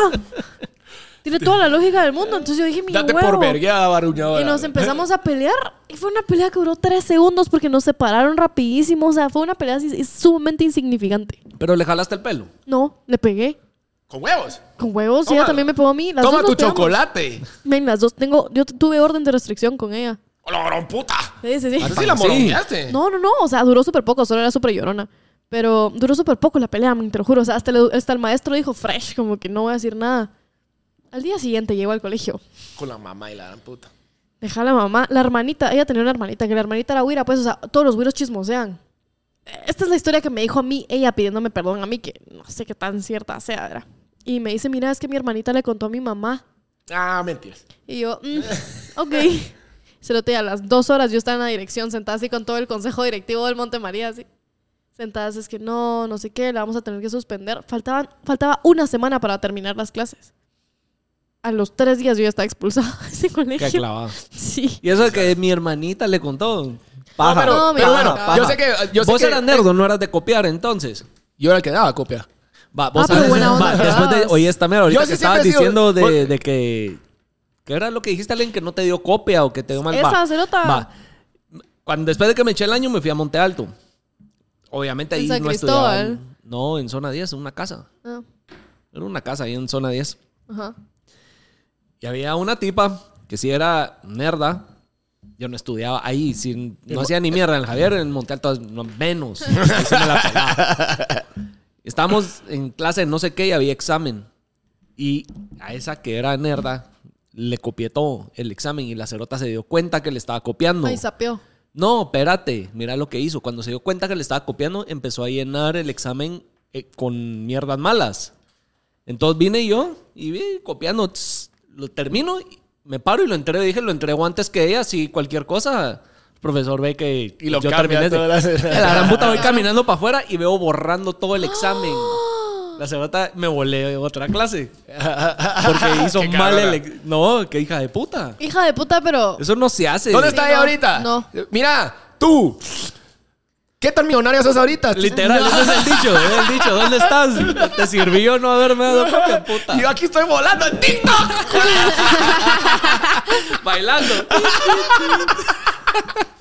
Tiene toda la lógica del mundo. Entonces yo dije, mi
Date
huevo.
por vergueada, baruñadora.
Y nos empezamos a pelear. Y fue una pelea que duró tres segundos porque nos separaron rapidísimo. O sea, fue una pelea así- sumamente insignificante.
Pero le jalaste el pelo.
No, le pegué.
Con huevos.
Con huevos,
Toma.
ella también me pegó a mí. Las
Toma
dos nos
tu
pegamos.
chocolate.
Ven, las dos tengo. Yo tuve orden de restricción con ella.
¡Hola, Oh, gran puta!
Sí, sí, sí.
Así la
Sí.
morongueaste.
No, no, no. O sea, duró súper poco. Solo era súper llorona. Pero duró súper poco la pelea, man, te lo juro. O sea, hasta el, hasta el maestro dijo fresh, como que no voy a decir nada. Al día siguiente llego al colegio.
Con la mamá y la gran puta.
Deja la mamá, la hermanita, ella tenía una hermanita, que la hermanita era güira, pues, o sea, todos los güiros chismosean. Esta es la historia que me dijo a mí, ella pidiéndome perdón a mí, que no sé qué tan cierta sea, ¿verdad? Y me dice, mira, es que mi hermanita le contó a mi mamá.
Ah, mentiras.
Y yo, mm, ok. Se lo a las dos horas, yo estaba en la dirección sentada así con todo el consejo directivo del Monte María, así. Sentadas, es que no, no sé qué, la vamos a tener que suspender. Faltaban, faltaba una semana para terminar las clases. A los tres días yo ya estaba expulsada [laughs] de ese
Qué
colegio.
clavado.
Sí.
Y eso de que mi hermanita le contó. Paja.
pero- No, pero bueno,
yo sé que- yo sé
Vos
que-
eras nerd, ¿o no eras de copiar entonces.
Yo era el que daba copia.
Va, vos
Ah, pero
sabes-
buena onda
va,
que
después de,
dabas.
oye, esta mera, ahorita
Yo sí
que estabas
siempre he sido-
diciendo de,
vos-
de que... ¿Qué era lo que dijiste a alguien que no te dio copia o que te dio mal? Va,
Esa, cerota.
va. Cuando, después de que me eché el año, me fui a Monte Alto. Obviamente
¿En
ahí
San
no
Cristóbal?
estudiaba. No, en Zona 10, en una casa.
Ah,
Era una casa ahí en Zona 10.
ajá.
Y había una tipa que sí era nerda. Yo no estudiaba ahí, sin- no hacía ni mierda. En el Javier, en Monte Alto, no, menos. Ahí sí me la pelaba. Estábamos en clase de no sé qué y había examen. Y a esa que era nerda le copié todo el examen y la cerota se dio cuenta que le estaba copiando.
Ay, sapeó.
No, espérate, mira lo que hizo. Cuando se dio cuenta que le estaba copiando, empezó a llenar el examen eh, con mierdas malas. Entonces vine yo y vi copiando, tss, lo termino, y me paro y lo entrego. Dije, lo entrego antes que ella, si cualquier cosa. El profesor ve que
Y lo
yo
cambia
terminé. de-
todas [laughs] las-
La gran puta voy caminando para afuera y veo borrando todo
[gasps]
el examen. La cerota me volé otra
[laughs]
clase. Porque hizo
Qué
mal el...
cabrona.
ex- No, qué hija de puta.
Hija de puta, pero.
Eso no se hace.
¿Dónde
Sí,
está ella
no,
ahorita?
no.
Mira, tú. ¿Qué tan millonaria sos ahorita?
Literal, ese es el dicho, ese es el dicho.
[laughs]
¿Dónde estás? ¿Te sirvió no haberme dado copia, puta?
Y yo aquí estoy volando en TikTok.
Bailando.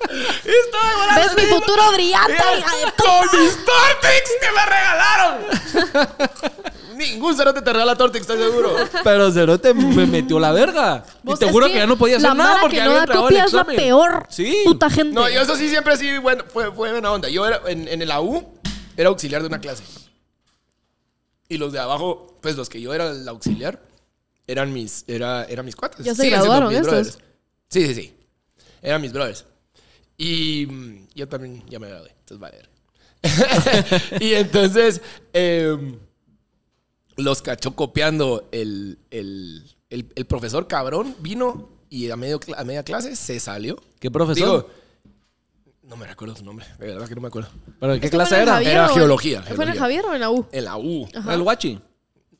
Estoy
¿Ves
volando.
mi futuro brillante, hija de puta?
Con mis Tortix que me regalaron. Ningún cerote te regala Tortix, estoy seguro.
Pero Cerote me metió la verga. Y
Vos,
te
es
juro que, ya no podía hacer
la
nada
mara
porque
que no
había
da
entrado
copia
el
es la
examen.
peor
Sí.
puta gente.
No, yo eso sí siempre sí, bueno, fue, fue buena onda. Yo era en, en la U, era auxiliar de una clase. Y los de abajo, pues los que yo era el auxiliar, eran mis, era, eran mis cuates.
¿Ya se
Siguen siendo
graduaron
mis
estos?
brothers. Sí, sí, sí. Eran mis brothers. Y mm, yo también ya me gradué, entonces va a ver. [laughs] y entonces em, los cachó copiando el, el- el- el profesor cabrón, vino y a, medio, cla- a media clase se salió.
¿Qué profesor?
Digo, no me recuerdo su nombre, de verdad que no me acuerdo.
¿Pero de qué
¿Esto
clase
fue en el
era?
Javier
Era
o en- ¿Fue
geología,
en el
geología.
Javier o en la U?
En la U.
Ajá.
El guachi.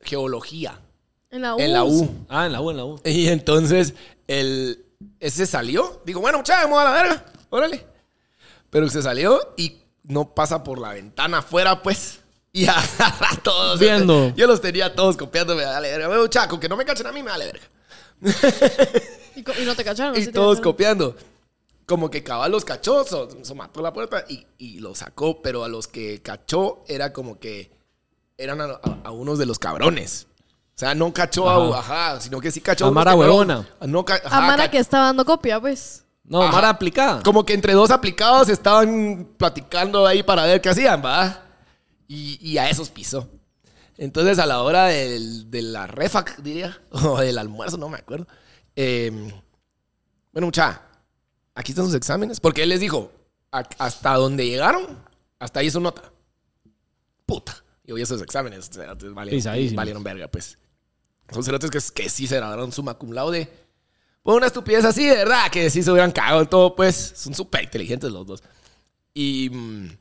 Geología.
En la U.
En la U.
Ah, en la U, en la U.
Y entonces el, ese salió. Digo, bueno, muchachos, vamos a la verga. Órale. Pero se salió y no pasa por la ventana afuera, pues. Y [laughs] agarra a todos.
Viendo.
Yo los tenía todos copiándome. Dale, verga. Bueno, chaco, que no me cachen a mí, me vale verga.
Y, co- y no te cacharon.
Y
así te
todos
cacharon.
copiando. Como que cabal los cachó, so, so mató la puerta y, y lo sacó, pero a los que cachó era como que eran a, a- a unos de los cabrones. O sea, no cachó a, ajá, sino que sí cachó
A
unos
Mara
que no- Ah,
huevona.
No, ca- ajá,
A Mara
ca-
que está dando copia, pues.
No,
Ajá.
Mara aplicada.
Como que entre dos aplicados estaban platicando ahí para ver qué hacían, ¿va? Y, y a esos pisó. Entonces, a la hora del- de la refac, diría, [laughs] o del almuerzo, no me acuerdo. eh, bueno, mucha, aquí están sus exámenes. Porque él les dijo, "A- hasta donde llegaron, hasta ahí es su nota. Puta. Yo vi esos exámenes, o sea, te valieron,
Pisadísimos.
valieron verga, pues. Son cerotes que, que sí se graduaron summa cum laude. Por una estupidez así, de verdad, que sí se hubieran cagado en todo, pues. Son súper inteligentes los dos. Y mm,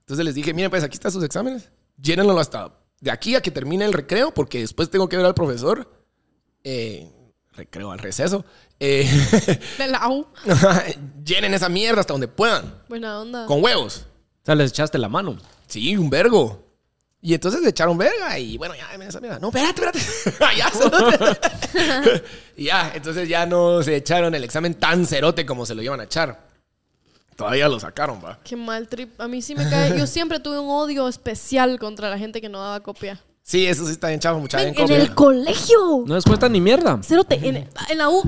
entonces les dije, miren, pues aquí están sus exámenes. Llénenlo hasta de aquí a que termine el recreo, porque después tengo que ver al profesor. eh, recreo, al receso. Eh, [laughs]
De la U.
llenen esa mierda hasta donde puedan.
Buena onda.
Con huevos.
O sea, les echaste la mano.
Sí, un vergo. Y entonces le echaron verga y bueno, ya, ven esa mierda. No, espérate, espérate. [laughs] ya, cerote. [laughs] y ya, entonces ya no se echaron el examen tan cerote como se lo iban a echar. Todavía lo sacaron, va.
Qué mal trip. A mí sí me cae. Yo siempre tuve un odio especial contra la gente que no daba copia.
Sí, eso sí está bien chavo, mucha
Men,
bien
en
copia.
el colegio.
No les cuesta ni mierda.
Cerote, en, en la U.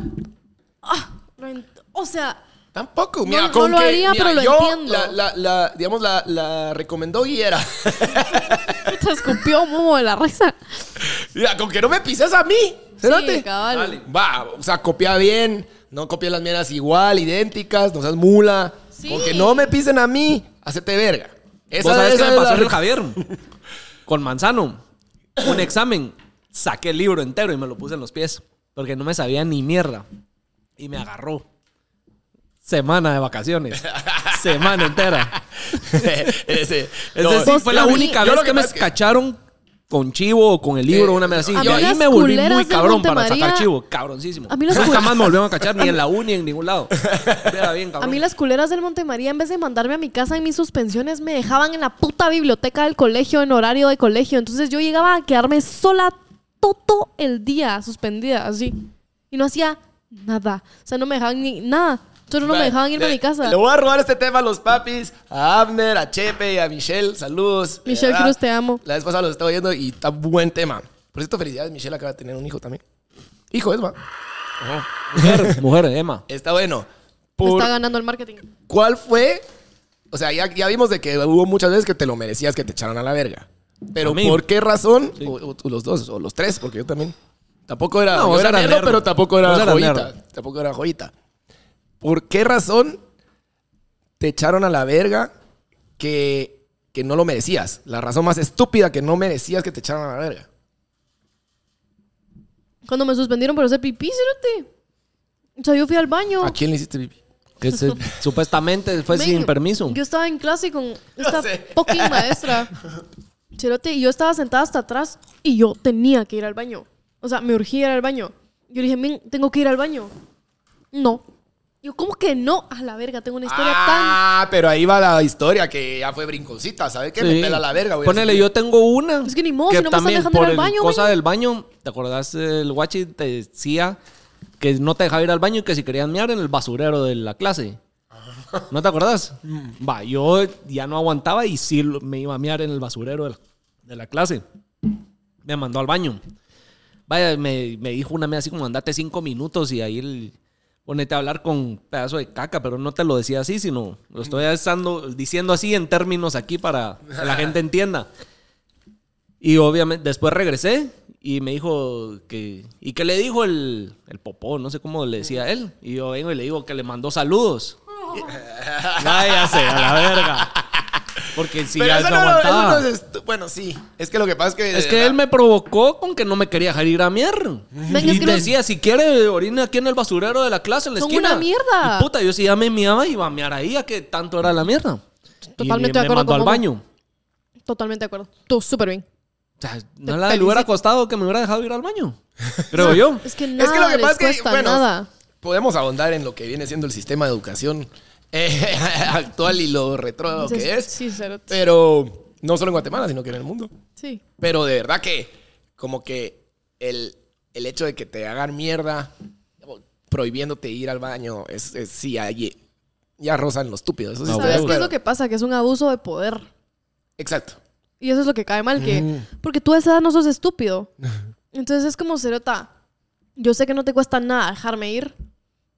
Ah, no ent- o sea,
Tampoco,
No,
mira,
no
con
lo
que-
haría,
mira,
pero lo
yo
entiendo.
La, la, la, digamos, la, la recomendó Guillera.
te escupió Momo de la risa.
mira, con que no me pises a mí. Cerote.
Sí, cabal.
Va, o sea, copia bien, no copia las mierdas igual, idénticas, no seas mula.
Sí.
Con que no me pisen a mí, hacete verga. Esa,
¿Vos sabés
esa
qué
es
me pasó
la-
en el Javier?
[laughs]
Con Manzano. Un examen. Saqué el libro entero y me lo puse en los pies. Porque no me sabía ni mierda. Y me agarró. Semana
[laughs]
de vacaciones. Semana entera.
[laughs] Ese-
Es
no,
decir,
Vos
fue la
también.
única
Yo
vez
lo
que,
que
me
pasa es que-
cacharon con chivo o con el libro,
Sí.
una vez así.
A
Yo
Eh, mí
ahí
las
me volví
culeras
muy
de
cabrón para
Montemaría-
sacar chivo. Cabroncísimo.
A mí las
Nunca
cul-
más me volvieron a cachar ni en
[laughs]
la uni, en ningún lado. Era bien cabrón.
A mí las culeras del Montemaría, en vez de mandarme a mi casa en mis suspensiones, me dejaban en la puta biblioteca del colegio, en horario de colegio. Entonces yo llegaba a quedarme sola todo el día, suspendida, así. Y no hacía nada. O sea, no me dejaban ni nada. Solo no me dejaban irme a
le-
mi casa.
Le voy a robar este tema a los papis, a Abner, a Chepe y a Michelle. Saludos. de
Michelle
verdad.
Cruz, te amo.
La vez pasada los estaba oyendo y está buen tema. Por cierto, felicidades, Michelle acaba de tener un hijo también. Hijo, es va.
Mujer, mujer, Emma.
Está bueno.
Me
Por-
está ganando el marketing.
¿Cuál fue? O sea, ya, ya vimos de que hubo muchas veces que te lo merecías, que te echaron a la verga. Pero
A mí.
¿por qué razón? O, o- o los dos, o los tres, porque yo también. Tampoco era,
No,
no,
vos
era
eras
nerdo,
nerd.
pero tampoco era
Vos eras
joyita.
nerd.
Tampoco era joyita. ¿Por qué razón te echaron a la verga que, que no lo merecías? La razón más estúpida que no merecías que te echaron a la verga.
Cuando me suspendieron por hacer pipí, cerote. O sea, yo fui al baño.
¿A quién le hiciste pipí?
Que se- supuestamente fue
[laughs] Men,
Pues sin permiso.
Yo estaba en clase con
[laughs]
esta
sé.
fucking
[laughs]
maestra. Cerote, y yo estaba sentada hasta atrás y yo tenía que ir al baño. O sea, me urgía ir al baño. Yo le dije, men, tengo que ir al baño. No. Yo, ¿cómo que no? A la verga, tengo una historia
Ah, pero ahí va la historia que ya fue brinconcita, ¿sabes qué? Me
Sí.
pela la verga, güey.
Ponele, yo tengo una.
Es que ni modo, si no me están dejando
por
ir al
el
baño,
cosa
men.
del baño, ¿te acordás? El guachi te decía que no te dejaba ir al baño y que si querías miar en el basurero de la clase. ¿No te acordás? Va, yo ya no aguantaba y sí lo- me iba a miar en el basurero de la, de la clase. Me mandó al baño. Vaya, me, me dijo una vez así como andate cinco minutos y ahí el- ponete a hablar con pedazo de caca, pero no te lo decía así, sino lo estoy alzando- diciendo así en términos aquí para que la gente entienda. Y obviamente después regresé y me dijo que... ¿Y qué le dijo el, el popó? No sé cómo le decía él. Y yo vengo y le digo que le mandó saludos. [laughs] Váyase a la verga. Porque si
pero
ya
eso
no
no, lo- eso
aguantaba.
no es estu- Bueno, sí. Es que lo que pasa es que.
Es que él me provocó con que no me quería dejar ir a mierda.
Venga,
y
es que los-
decía, si quiere, orina aquí en el basurero de la clase, en la
Son
esquina.
una mierda.
Y puta, yo sí ya me miaba y iba a mear ahí, a que tanto era la mierda.
Totalmente
y
de
me
acuerdo
mandó
con
al
Momo.
baño.
tan. Totalmente de acuerdo. Tú, súper bien.
O sea, no la le hubiera
felicito.
costado que me hubiera dejado ir al baño.
[laughs]
Creo yo.
Es que nada
Es que lo que
les
pasa es que.
cuesta,
bueno,
nada.
podemos ahondar en lo que viene siendo el sistema de educación eh, [laughs] actual y lo retrógrado que es.
Sí, cerote.
Pero no solo en Guatemala, sino que en el mundo.
Sí.
Pero de verdad que, como que el, el hecho de que te hagan mierda digamos, prohibiéndote ir al baño, es, es- sí, ahí ya rozan lo estúpido. Eso sí
Ah,
está
¿Sabes
de
qué es
acuerdo.
lo que pasa? Que es un abuso de poder.
Exacto.
Y eso es lo que cae mal, que... Porque tú a esa edad no sos estúpido. Entonces es como, Cerota, yo sé que no te cuesta nada dejarme ir.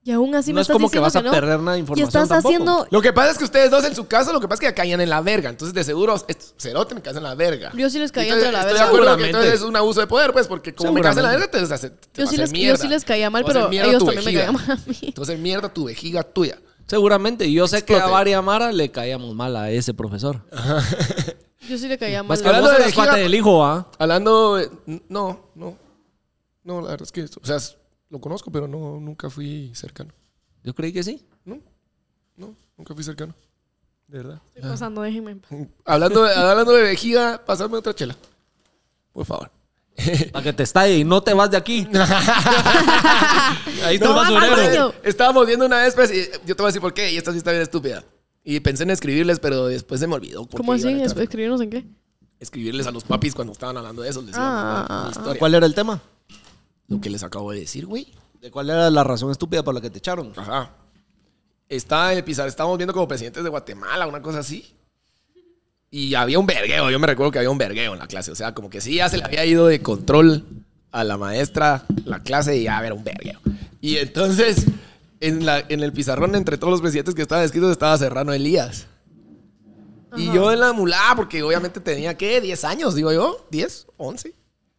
Y aún así
no
me
es
estás
como que
diciendo
vas a
no.
perder nada de
y
información.
estás
tampoco.
haciendo...
Lo que pasa es que ustedes dos en su caso, lo que pasa es que caían en la verga. Entonces, de seguro, est- cerote me caes en la verga.
Yo sí les caía
Entonces,
entre la verga.
Estoy de acuerdo que
Seguramente.
entonces es un abuso de poder, pues, porque como me caes en la verga, te vas a hacer- te
Yo
vas
sí,
a
les,
hacer
yo
mierda.
sí les caía mal,
Te vas
pero
a hacer mierda
ellos
tu
también me
vejiga.
caían
[laughs]
mal a mí.
Entonces, mierda tu vejiga tuya.
Seguramente. Y yo sé que a
Explote.
Varia Mara le caíamos mal a ese profesor.
Yo sí le caía Ah, mal.
Más que
a-
a
Hablando
vos
de
eras
vejiga-
cuate del hijo, ¿ah?
Hablando, eh, n- no, no. No, la verdad es que, o sea, es- lo conozco, pero no, nunca fui cercano.
Yo creí
[laughs]
que sí.
No, no, nunca fui cercano. De verdad.
Estoy pasando, déjenme en paz.
Hablando de, hablando de vejiga, pasame otra chela. Por favor.
Para que te estalle y no te vas
[laughs]
de aquí. Ahí está
No
el
vas al
basurero.
[laughs]
baño.
Estábamos viendo una vez, pues, y yo te voy a decir por qué, y esta sí está bien estúpida. Y pensé en escribirles, pero después se me olvidó.
[laughs]
porque
¿Cómo así?
iban a
Es-
entrar.
¿Escribirnos en qué?
Escribirles a los papis cuando estaban hablando de eso. Les iba a
Ah.
mandar mi historia.
¿Cuál era el tema?
Lo que les acabo de decir, güey.
¿De cuál era la razón estúpida por la que te echaron?
Ajá. Estaba en el Pizarro, estábamos viendo como presidentes de Guatemala, una cosa así. Y había un vergueo, yo me recuerdo que había un vergueo en la clase. O sea, como que sí, ya se le había ido de control a la maestra la clase y ya era un vergueo. Y entonces, en, la, en el pizarrón, entre todos los presidentes que estaban escritos, estaba Serrano Elías. Y yo en la mulada, porque obviamente tenía, ¿qué? 10 años, digo yo. ¿10? ¿11?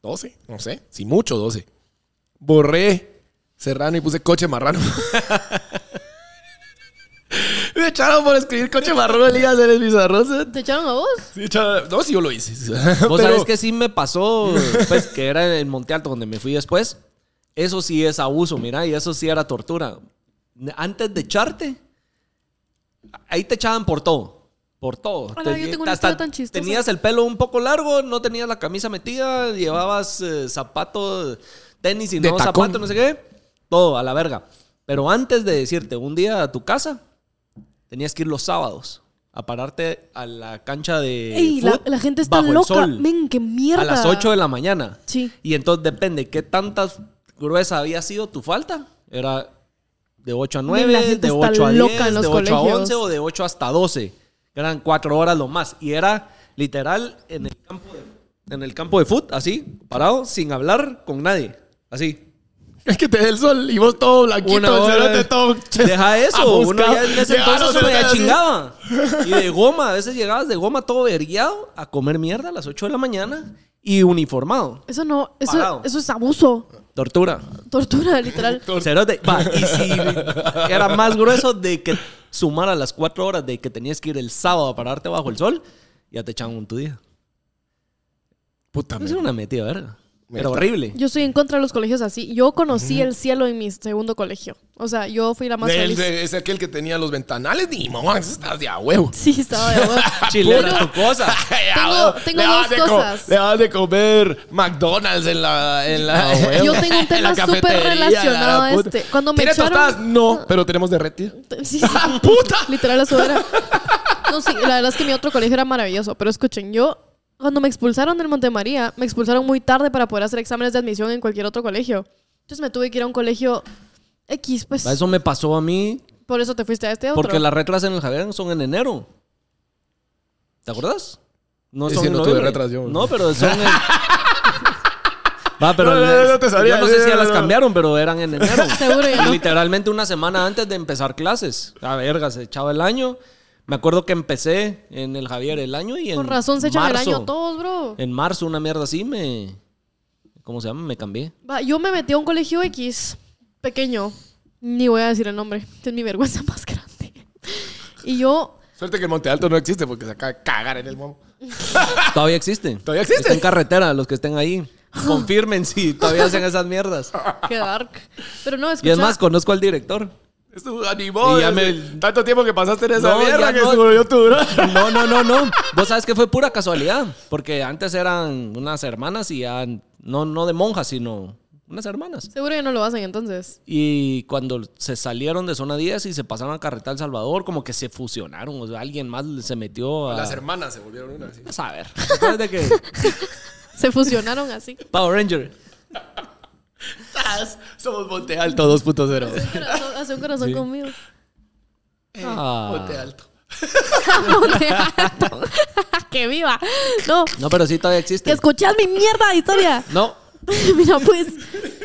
¿12? No sé. Si mucho, 12. Borré Serrano y puse coche marrano. [laughs] Me echaron por escribir coche marrano Elías en el pizarrón. ¿sí?
¿Te echaron a vos?
Sí, echaron- No, sí, yo lo hice. [laughs]
Vos
Pero-
sabés que sí me
[laughs]
pasó, pues, que era en Monte Alto donde me fui después. Eso sí es abuso, mira, y eso sí era tortura. Antes de echarte, ahí te echaban por todo. Por todo.
Ala, Ah, yo tengo una
hasta
historia tan chistosa.
Tenías el pelo un poco largo, no tenías la camisa metida, llevabas eh, zapatos, tenis y
De
no
tacón.
zapatos, no sé qué. Todo, a la verga. Pero antes de decirte un día a tu casa, tenías que ir los sábados a pararte a la cancha de
Ey, la,
fut
la gente está
bajo el
loca.
sol.
Men, qué mierda.
A las 8 de la mañana.
Sí.
Y entonces depende qué tantas gruesa había sido tu falta. Era de 8 a
Men, la
9,
gente
de
está
8 a 10,
loca en
de
los
8 a
colegios.
11 o de 8 hasta 12. Eran 4 horas lo más. Y era literal en el campo de, en el campo de foot, así, parado, sin hablar con nadie. Así.
Es que te dé el sol y vos todo blanquito,
Una hora-
cerote, todo.
Deja eso. Uno
abuscado.
ya en ese
Llegaron,
entonces se
cerote,
ya
así.
chingaba.
[laughs]
Y de goma. A veces llegabas de goma todo vergueado a comer mierda a las 8 de la mañana y uniformado.
Eso no,
Parado.
eso, eso es abuso.
Tortura.
Tortura, literal.
Cerote. Va, y
[laughs]
si era más grueso de que sumara las cuatro horas de que tenías que ir el sábado a pararte bajo el sol, ya te echaban un tu día.
Puta
Es
madre.
una metida, verga.
Meta.
Era horrible.
Yo estoy en contra de los colegios así. Yo conocí el cielo en mi segundo colegio. O sea, yo fui la más
Del-
feliz.
de- Es aquel que tenía los ventanales, ni mamá, [laughs] estás de a huevo.
Sí, estaba de
[laughs]
huevos.
Chilena tu cosa.
ah,
Tengo- tengo
Le
dos
daban de co-
cosas.
le daban de comer McDonald's en la. En la
Ah,
Yo tengo un
[laughs] en la
tema súper
cafetería,
relacionado
la
a
puta.
este. Cuando me
¿Tiene
echaron- Ah.
tostadas? No, pero tenemos derretido.
Sí, sí.
¡Ah, ¡Puta!
Literal, eso era. No, sí, la verdad es que mi otro colegio era maravilloso. Pero escuchen, yo, cuando me expulsaron del Montemaría, me expulsaron muy tarde para poder hacer exámenes de admisión en cualquier otro colegio. Entonces me tuve que ir a un colegio X, pues.
Eso me pasó a mí
Por eso te fuiste a este otro.
porque las retras en el Javier son en enero. ¿Te acuerdas? No
Sí, no tuve
noviembre.
retras yo.
No, pero son
[laughs]
en... Va, pero
No, no, no te sabía.
yo no sé si
No,
ya
no,
las
no.
cambiaron, pero eran en
[laughs]
enero. [laughs]
Seguro ya
Y
no.
Literalmente una semana antes de empezar clases. A verga, se echaba el año. Me acuerdo que empecé en el Javier el año y en
Con razón se echan el
marzo-
año todos, bro.
En marzo, una mierda así, me... ¿Cómo se llama? Me cambié.
Va, yo me metí a un colegio X, pequeño. Ni voy a decir el nombre. Es mi vergüenza [laughs] más grande. Y yo,
Suerte que el Monte Alto no existe porque se acaba de cagar en el momo.
Todavía existe.
Todavía existe.
Está en carretera, los que estén ahí.
Ah.
Confirmen si todavía hacen esas
[laughs]
mierdas.
qué dark. Pero no, escucha.
Y es más, conozco al director.
Eso animó.
Y ya
desde
me-
Tanto tiempo que pasaste en esa
No,
mierda
ya
que
no. Ah.
seguro yo tu
No, no, no, no. Vos sabes que fue pura casualidad. Porque antes eran unas hermanas y ya... No, no de monjas, sino unas hermanas.
Seguro que no lo hacen entonces.
Y cuando se salieron de zona 10 y se pasaron a Carretera El Salvador, como que se fusionaron. O sea, alguien más se metió a.
Las hermanas se volvieron una. sí.
a saber. Después de que.
Se fusionaron así.
Power Ranger.
¡Tas! Somos Monte Alto 2.0.
Corazón- Hace un corazón conmigo. [laughs]
Ah.
Monte Alto.
Monte Alto. [laughs] que viva. No,
No, pero sí todavía existe.
que escuchas mi mierda de historia.
No.
[laughs] Mira, pues,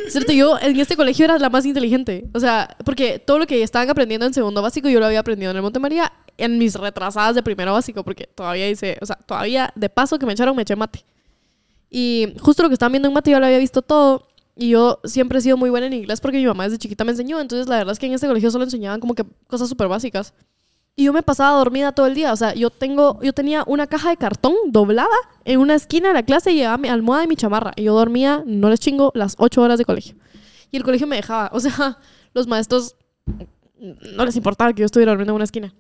cierto, yo en este colegio era la más inteligente. O sea, porque todo lo que estaban aprendiendo en segundo básico, yo lo había aprendido en el Montemaría en mis retrasadas de primero básico, porque todavía hice, o sea, todavía de paso que me echaron, me eché mate. Y justo lo que estaban viendo en mate, yo lo había visto todo. Y yo siempre he sido muy buena en inglés porque mi mamá desde chiquita me enseñó. Entonces, la verdad es que en este colegio solo enseñaban como que cosas súper básicas. Y yo me pasaba dormida todo el día. O sea, yo, tengo, yo tenía una caja de cartón doblada en una esquina de la clase y llevaba mi almohada y mi chamarra. Y yo dormía, no les chingo, las ocho horas de colegio. Y el colegio me dejaba. O sea, [laughs] los maestros no les importaba que yo estuviera durmiendo en una esquina.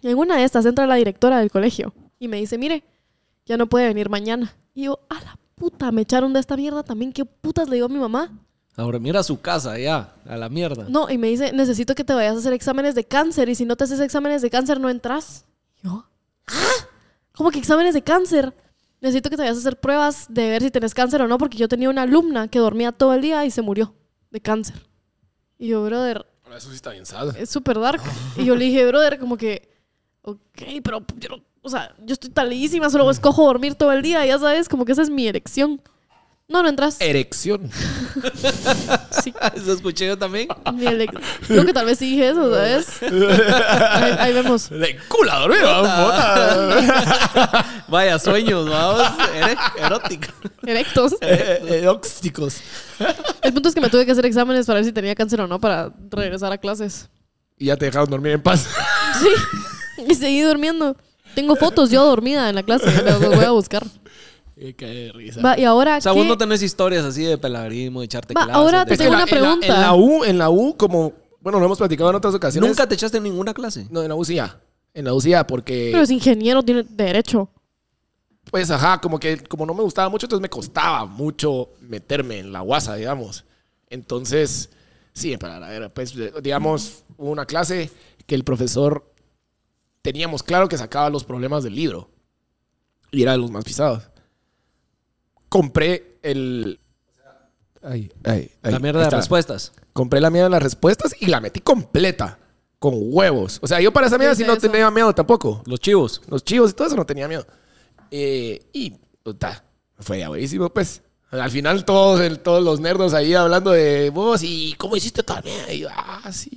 Y en una de estas entra la directora del colegio y me dice, mire, ya no puede venir mañana. Y yo, a la puta, me echaron de esta mierda también. ¿Qué putas le digo a mi mamá?
Ahora mira su casa ya, a la mierda.
No, y me dice, necesito que te vayas a hacer exámenes de cáncer y si no te haces exámenes de cáncer no entras. Yo, ¿ah? ¿Cómo que exámenes de cáncer? Necesito que te vayas a hacer pruebas de ver si tenés cáncer o no, porque yo tenía una alumna que dormía todo el día y se murió de cáncer. Y yo, brother,
Ahora Ah. eso sí está bien sad.
es súper dark. Y yo le dije, brother, como que, ok, pero yo no- o sea, yo estoy talísima, solo escojo dormir todo el día, ya sabes, como que esa es mi elección. No, no entras.
Eh.
Erección.
Sí,
[laughs] Eso escuché yo también.
mi elec- Creo que tal vez sí dije eso, ¿sabes? Ahí, ahí vemos.
De culo a dormir, puta.
[laughs] Vaya sueños, vamos. Eres erótica.
Erectos.
Eh, eh, óxticos.
El punto es que me tuve que hacer exámenes para ver si tenía cáncer o no para regresar a clases.
Y ya te dejaron dormir en paz.
Sí. Y seguí durmiendo. Tengo fotos yo dormida en la clase. Las voy a buscar.
Qué de risa.
Va, y ahora.
O sea,
¿qué?
vos no tenés historias así de pelagrimo, de echarte
Va,
clases.
ahora
de-
te tengo
en la-
una
en la-
pregunta.
En la, U, en la U, como, bueno, lo hemos platicado en otras ocasiones.
¿Nunca te echaste en ninguna clase?
No, en la U sí ya. En la U sí ya, porque,
Pero es ingeniero, tiene derecho.
pues, ajá, como que, como no me gustaba mucho, entonces me costaba mucho meterme en la guasa, digamos. Entonces, sí, para la era, pues, de- digamos, hubo una clase que el profesor teníamos claro que sacaba los problemas del libro. Y era de los más pisados. Compré el... Ay, ay, ay,
la mierda de
está.
respuestas.
Compré la mía de las respuestas y la metí completa. Con huevos. O sea, yo para esa mierda
hice
sí no
eso.
tenía miedo tampoco.
Los chivos.
Los chivos y todo eso no tenía miedo. Eh, y puta, fue ya buenísimo, pues. Al final todos, el- todos los nerdos ahí hablando de vos y cómo hiciste toda mierda. Y yo, ah,
[laughs]
sí.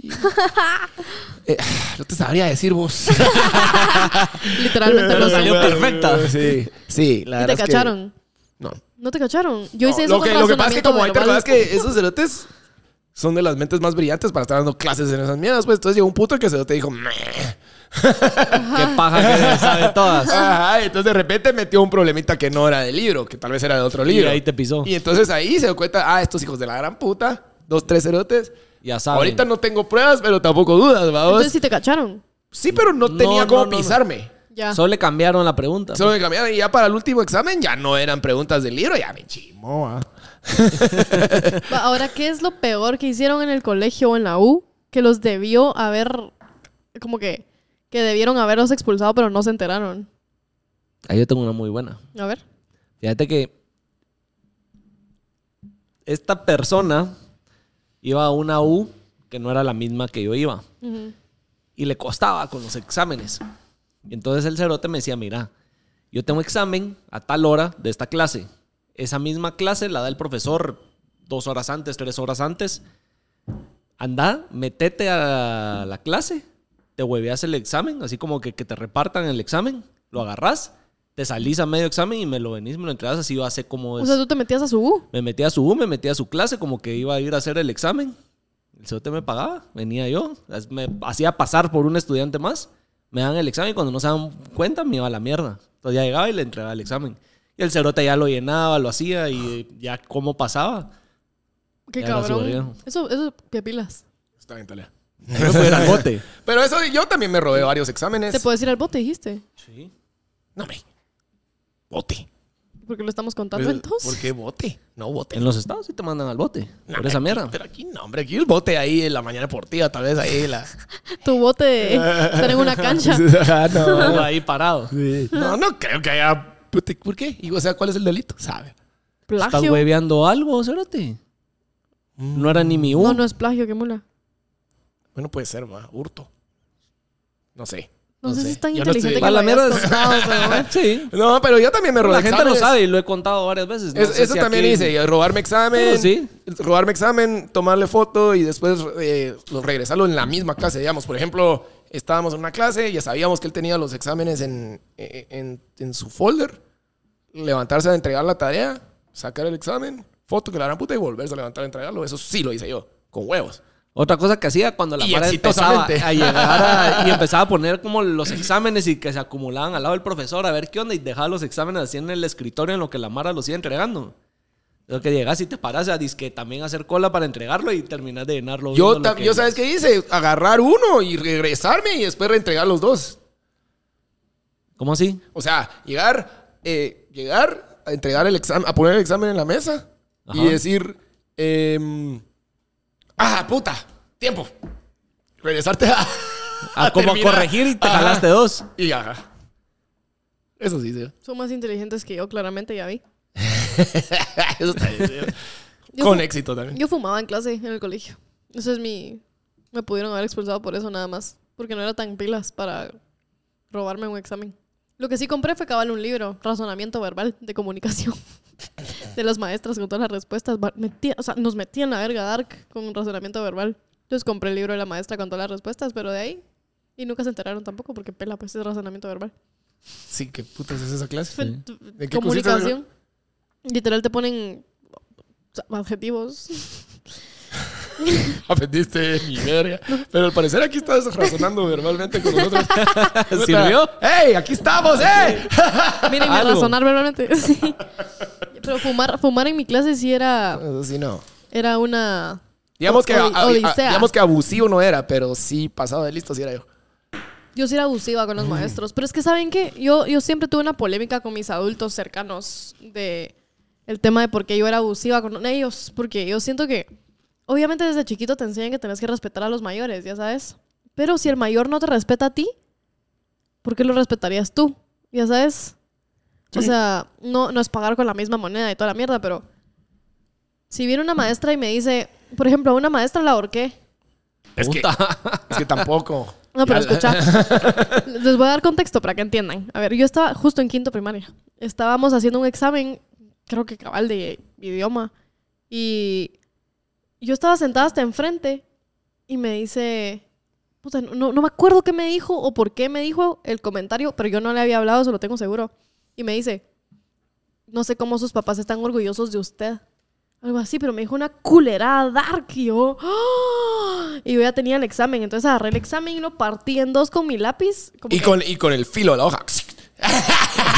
Eh, no te sabría decir
[laughs]
vos.
Literalmente
Pero
lo
salió
salió.
perfecta.
Sí, sí, la
Y
verdad
te
es que-
cacharon.
no.
No te cacharon. Yo hice
No,
eso
lo, que,
con
lo que pasa es que como hay
razonamiento
personas
verbal.
que esos cerotes son de las mentes más brillantes para estar dando clases en esas mierdas, pues entonces llegó un puto que el cerote dijo, "Meh".
Qué paja que se sabe todas.
[laughs] Ajá, entonces de repente metió un problemita que no era del libro, que tal vez era de otro
Y
libro.
ahí te pisó.
Y entonces ahí se dio cuenta, ah, estos hijos de la gran puta, dos, tres cerotes.
Ya saben.
Ahorita no tengo pruebas, pero tampoco dudas, vamos.
Entonces sí te cacharon.
sí, pero no
No,
tenía
no,
cómo
no, no.
pisarme.
Ya.
Solo le cambiaron la pregunta.
Solo me cambiaron y ya para el último examen ya no eran preguntas del libro, ya me chimó. ah.
Va, Ahora, ¿qué es lo peor que hicieron en el colegio o en la U? Que los debió haber, como que, que debieron haberlos expulsado, pero no se enteraron.
Ahí yo tengo una muy buena.
A ver.
Fíjate que esta persona iba a una U que no era la misma que yo iba.
Ujú.
y le costaba con los exámenes. Y entonces el cerote me decía, mira, yo tengo examen a tal hora de esta clase. Esa misma clase la da el profesor dos horas antes, tres horas antes. Anda, metete a la clase, te hueveas el examen, así como que, que te repartan el examen, lo agarras, te salís a medio examen y me lo venís, me lo entregas, así yo hace como
O
es.
sea, tú te metías a su U.
Me metí a su U, me metí a su clase, como que iba a ir a hacer el examen. El cerote me pagaba, venía yo, as- me hacía pasar por un estudiante más, me dan el examen y cuando no se dan cuenta me iba a la mierda. Entonces ya llegaba y le entregaba el examen. Y el cerote ya lo llenaba, lo hacía y ya cómo [laughs] pasaba.
Qué
Ya era su
cabrón.
barrio.
Eso, eso, piapilas.
Está bien, Talia.
Yo me fui al bote.
Pero eso yo también me robé varios exámenes.
Te puedes ir al bote, dijiste.
Sí.
No me. Bote.
Porque lo estamos contando entonces.
¿Por qué bote? No bote.
En los estados sí te mandan al bote.
No,
por esa
aquí-
mierda.
Pero aquí no, hombre, aquí el bote ahí en la mañana deportiva, tal vez ahí la.
Tu bote de estar en una
[laughs]
cancha.
[laughs] Ah,
[laughs] Todo
no.
ahí parado.
no, no creo que haya. puta, ¿Por qué? Y, o sea, ¿cuál es el delito? Sabe.
¿Estás
Plagio.
hueveando algo, cerote? No era ni mi U.
No, no es plagio, qué mula.
Bueno, puede ser, va, hurto. No sé.
No,
No
sé si
sé.
es tan
Yo no estoy-
inteligente que
Para
lo
la
hayas
mierda.
contado, pero bueno.
sí.
No, pero yo también me
Pero
robé
la gente lo
exámenes.
sabe y lo he contado varias veces. No
Es-
sé
eso
si
también
aquí-
hice, yo, robarme examen,
Pero sí.
robarme examen, tomarle foto y después eh, lo- regresarlo en la misma clase, digamos. Por ejemplo, estábamos en una clase, ya sabíamos que él tenía los exámenes en, eh, en, en su folder, levantarse a entregar la tarea, sacar el examen, foto que la gran puta y volverse a levantar a entregarlo. Eso sí lo hice yo, con huevos.
Otra cosa que hacía cuando la
Y
mara empezaba
exitosamente.
a
[laughs]
llegar a- y empezaba a poner como los exámenes y que se acumulaban al lado del profesor a ver qué onda y dejaba los exámenes así en el escritorio en lo que la Mara los iba entregando. Lo que llegas y te paras a disque también hacer cola para entregarlo y terminas de llenarlo.
Yo,
viendo lo
tam-
que-
yo ¿sabes qué hice? Agarrar uno y regresarme y después reentregar los dos.
¿Cómo así?
O sea, llegar, eh, llegar a entregar el examen, a poner el examen en la mesa y
Ajá.
decir, em, ah, puta, tiempo. Regresarte [laughs] a,
A Ah, como
terminar.
corregir y te
Ajá.
jalaste
[laughs]
dos.
Y ajá. Eso sí, [laughs] sí.
Son más inteligentes que yo, claramente, ya vi.
Eso está bien, sí.
[laughs] Yo
Con
fu-
éxito también.
Yo fumaba en clase, en el colegio. Eso es mi... Me pudieron haber expulsado por eso nada más. Porque no era tan pilas para robarme un examen. Lo que sí compré fue cabal un libro, Razonamiento Verbal de Comunicación. [laughs] de las maestras con todas las respuestas. Va- metía- o sea, nos metían la verga dark con razonamiento verbal. Entonces compré el libro de la maestra con todas las respuestas, pero de ahí... Y nunca se enteraron tampoco porque pela, pues es razonamiento verbal.
Sí, qué putas es esa clase.
Fue-
¿De qué consiste?
comunicación. Literal te ponen o sea, adjetivos.
[laughs] Aprendiste mi verga. Pero al parecer aquí estás razonando verbalmente con nosotros.
¿Sirvió?
¡Ey, aquí estamos, eh!
Miren, a
Algo.
razonar verbalmente. sí. Pero fumar, fumar en mi clase sí era,
Eso sí, no.
era una.
Digamos que,
o-
a- a-
odisea.
a- digamos que abusivo no era, pero sí pasado de listo sí era yo.
Yo sí era abusiva con los maestros. Pero es que, ¿saben qué? Yo, yo siempre tuve una polémica con mis adultos cercanos de el tema de por qué yo era abusiva con ellos. Porque yo siento que, obviamente, desde chiquito te enseñan que tenés que respetar a los mayores, ya sabes. Pero si el mayor no te respeta a ti, ¿por qué lo respetarías tú? Ya sabes. O sea, no, no es pagar con la misma moneda y toda la mierda, pero si viene una maestra y me dice, por ejemplo, a una maestra la ahorqué.
Es que, es que tampoco.
No, pero
Ya
escucha.
la- [laughs]
Les voy a dar contexto para que entiendan. A ver, yo estaba justo en quinto primaria. Estábamos haciendo un examen, creo que cabal de idioma. Y yo estaba sentada hasta enfrente y me dice. Puta, no, no me acuerdo qué me dijo o por qué me dijo el comentario, pero yo no le había hablado, se lo tengo seguro. Y me dice: No sé cómo sus papás están orgullosos de usted. Algo así, pero me dijo una culerada dark y yo. ¡ah! Y yo ya tenía el examen, entonces agarré el examen y lo partí en dos con mi lápiz. Como,
Y
que-
con, y con el filo de la hoja.
[laughs]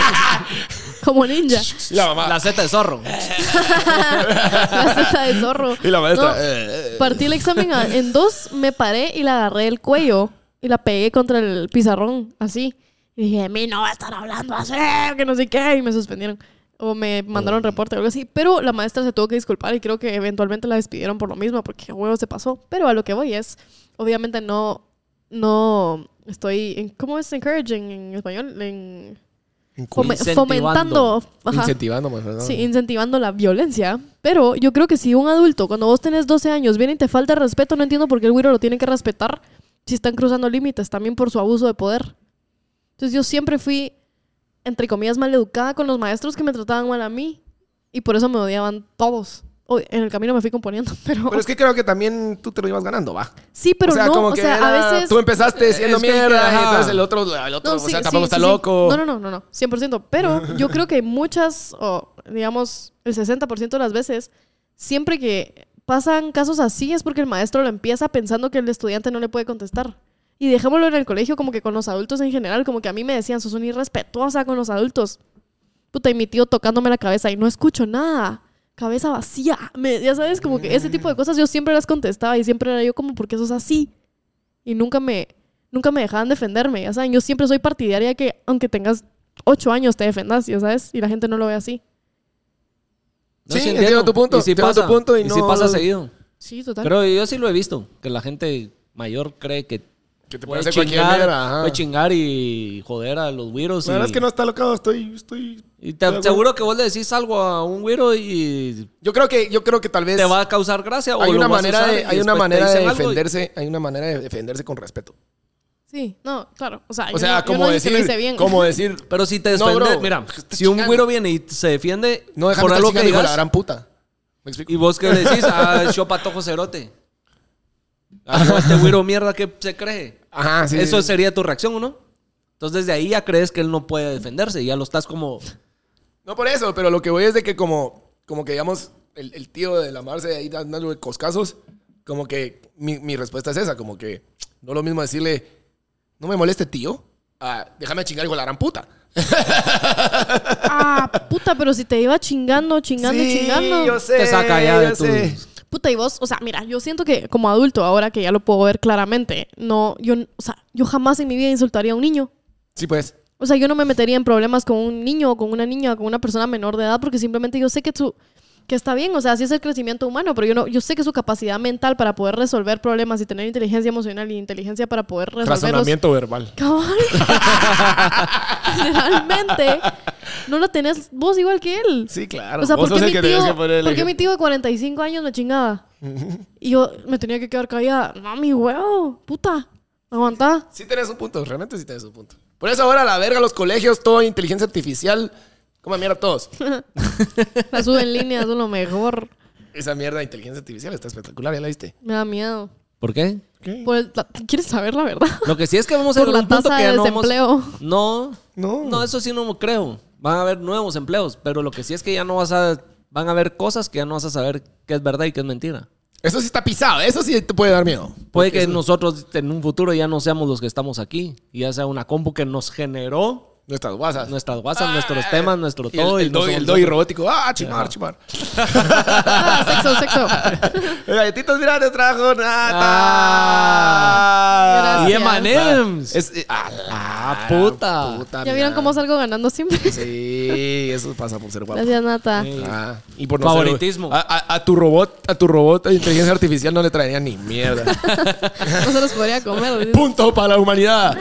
como
[laughs]
ninja. [laughs]
La mamá.
La Z de zorro.
la seta de zorro.
y la maestra.
No,
eh, eh,
partí el examen a- en dos, me paré y la agarré del cuello y la pegué contra el pizarrón, así. Y dije, a mí no va a estar hablando así, que no sé qué. Y me suspendieron. O me mandaron reporte o algo así. Pero la maestra se tuvo que disculpar y creo que eventualmente la despidieron por lo mismo, porque huevo se pasó. Pero a lo que voy es, obviamente no, no estoy, en- ¿cómo es encouraging en español? En, fome-
Incentivando.
fomentando. ajá.
Incentivando, más, ¿verdad?
Sí, incentivando la violencia. Pero yo creo que si un adulto, cuando vos tenés 12 años, viene y te falta el respeto, no entiendo por qué el güiro lo tiene que respetar si están cruzando límites, también por su abuso de poder. Entonces yo siempre fui, entre comillas, maleducada con los maestros que me trataban mal a mí. Y por eso me odiaban todos. O- en el camino me fui componiendo, [laughs] pero...
Pero es que creo que también tú te lo ibas ganando, va.
sí, pero
o sea,
no,
como
o
que
sea,
era-
a veces...
tú empezaste siendo
Es que-
mierda,
ajá.
y entonces el otro, el otro
No,
o
sí,
sea,
sí,
tampoco
sí,
está
sí.
loco.
No, no, no, no, no, 100%.
[laughs]
Pero yo creo que muchas, o digamos, el 60% de las veces, siempre que pasan casos así es porque el maestro lo empieza pensando que el estudiante no le puede contestar. Y dejémoslo en el colegio como que con los adultos en general, como que a mí me decían, sos una irrespetuosa con los adultos. Puta, y mi tío tocándome la cabeza y no escucho nada. Cabeza vacía. Me- ya sabes, como que ese
Mm.
tipo de cosas yo siempre las contestaba y siempre era yo como, ¿por qué sos así? Y nunca me, nunca me dejaban defenderme, ya saben. Yo siempre soy partidaria de que aunque tengas ocho años te defendas, ya sabes. Y la gente no lo ve así.
No,
Sí, entiendo tu punto,
Y si
entiendo tu
pasa,
punto y
y
no-
si pasa seguido.
Sí, total.
Pero yo sí lo he visto, que la gente mayor cree que
Que te
puede
parece cualquier
chingar,
mierda. ajá.
puede chingar y joder a los güiros.
La verdad
y-
es que no está loco, estoy, estoy.
Y te-
estoy-
seguro que vos le decís algo a un güiro y
Yo creo que, yo creo que tal vez.
te va a causar gracia o
hay
lo
una
vas a
manera
usar
de,
y
hay una
después te
manera de
dicen algo y-
defenderse, hay una manera de defenderse con respeto.
Sí, no, claro. O sea,
O
yo
sea,
no- yo
como
no dije
decir,
que lo hice bien.
como decir,
Pero si te
No,
defiende,
bro.
mira,
Está
si un
chingando.
güero viene y se defiende
no déjame
por
estar
algo que
chingando, hijo de la
digas,
gran puta. ¿Me explico?
y vos que decís, ah, yo patojo cerote. Ah, no, este güero mierda que se cree.
Ajá, sí.
Eso
sí.
sería tu reacción, ¿o ¿no? Entonces desde ahí ya crees que él no puede defenderse y ya lo estás como...
No por eso, pero lo que voy es de que como, como que digamos, el, el tío de la Marce ahí dando de coscazos, como que mi, mi respuesta es esa, como que no lo mismo decirle, no me moleste tío, a, déjame chingar hijo de la gran puta.
[laughs] Ah, puta, pero si te iba chingando, chingando, chingando.
Te saca ya de tu-
Puta, y vos, o sea, mira, yo siento que como adulto, ahora que ya lo puedo ver claramente, no, yo, o sea, yo jamás en mi vida insultaría a un niño.
Sí, pues.
O sea, yo no me metería en problemas con un niño o con una niña o con una persona menor de edad porque simplemente yo sé que su que está bien, o sea, así es el crecimiento humano, pero yo no yo sé que su capacidad mental para poder resolver problemas y tener inteligencia emocional y inteligencia para poder resolverlos
Razonamiento verbal.
Cabal. [laughs] Realmente no lo tenés vos igual que él.
Sí, claro.
O sea,
Vos
¿por
sos
qué,
el
mi
que tenés que
tío,
poner el
por qué mi
ejemplo.
tío de 45 años me
[laughs]
chingaba? y yo me tenía que quedar callada. Mami, huevo, puta. Aguantá.
Sí tenés un punto, realmente sí tenés un punto. Por eso ahora la verga, los colegios, todo inteligencia artificial, como mierda todos.
La sube en línea, eso es lo mejor.
Esa mierda de inteligencia artificial está espectacular, ya la viste.
Me da miedo.
¿Por qué?
Por el- la- ¿Quieres saber la verdad? [laughs]
Lo que sí es que vamos a
Por
llegar a
la
un punto
tasa
que ya
de
no vamos-
desempleo.
No,
No.
no, eso sí no creo. Van a haber nuevos empleos, pero lo que sí es que ya no vas a... Van a haber cosas que ya no vas a saber qué es verdad y qué es mentira.
Eso sí está pisado, eso sí te puede dar miedo.
Puede que nosotros en un futuro ya no seamos los que estamos aquí. Y ya sea una compu que nos generó
Nuestras guasas.
nuestras WhatsApp, nuestros temas, nuestro
Ah, Y
todo.
el, el
no
doy,
somos
el doy
nosotros.
robótico. Ah, chimar,
[laughs]
chimar.
Ah, sexo,
[laughs]
sexo.
Galletitos, mira, te trajo
Ah,
nata.
Y
Gracias.
M&M's.
Es, eh, a la
puta.
¿Ya vieron
mira.
cómo salgo ganando siempre?
Sí, eso pasa por ser guapo.
Gracias, Nata.
Ah, y por
Favoritismo.
ser- a, a- a tu robot, a tu robot de inteligencia artificial no le traería ni mierda.
[laughs] No se los podría
[laughs]
comer.
Punto para la humanidad.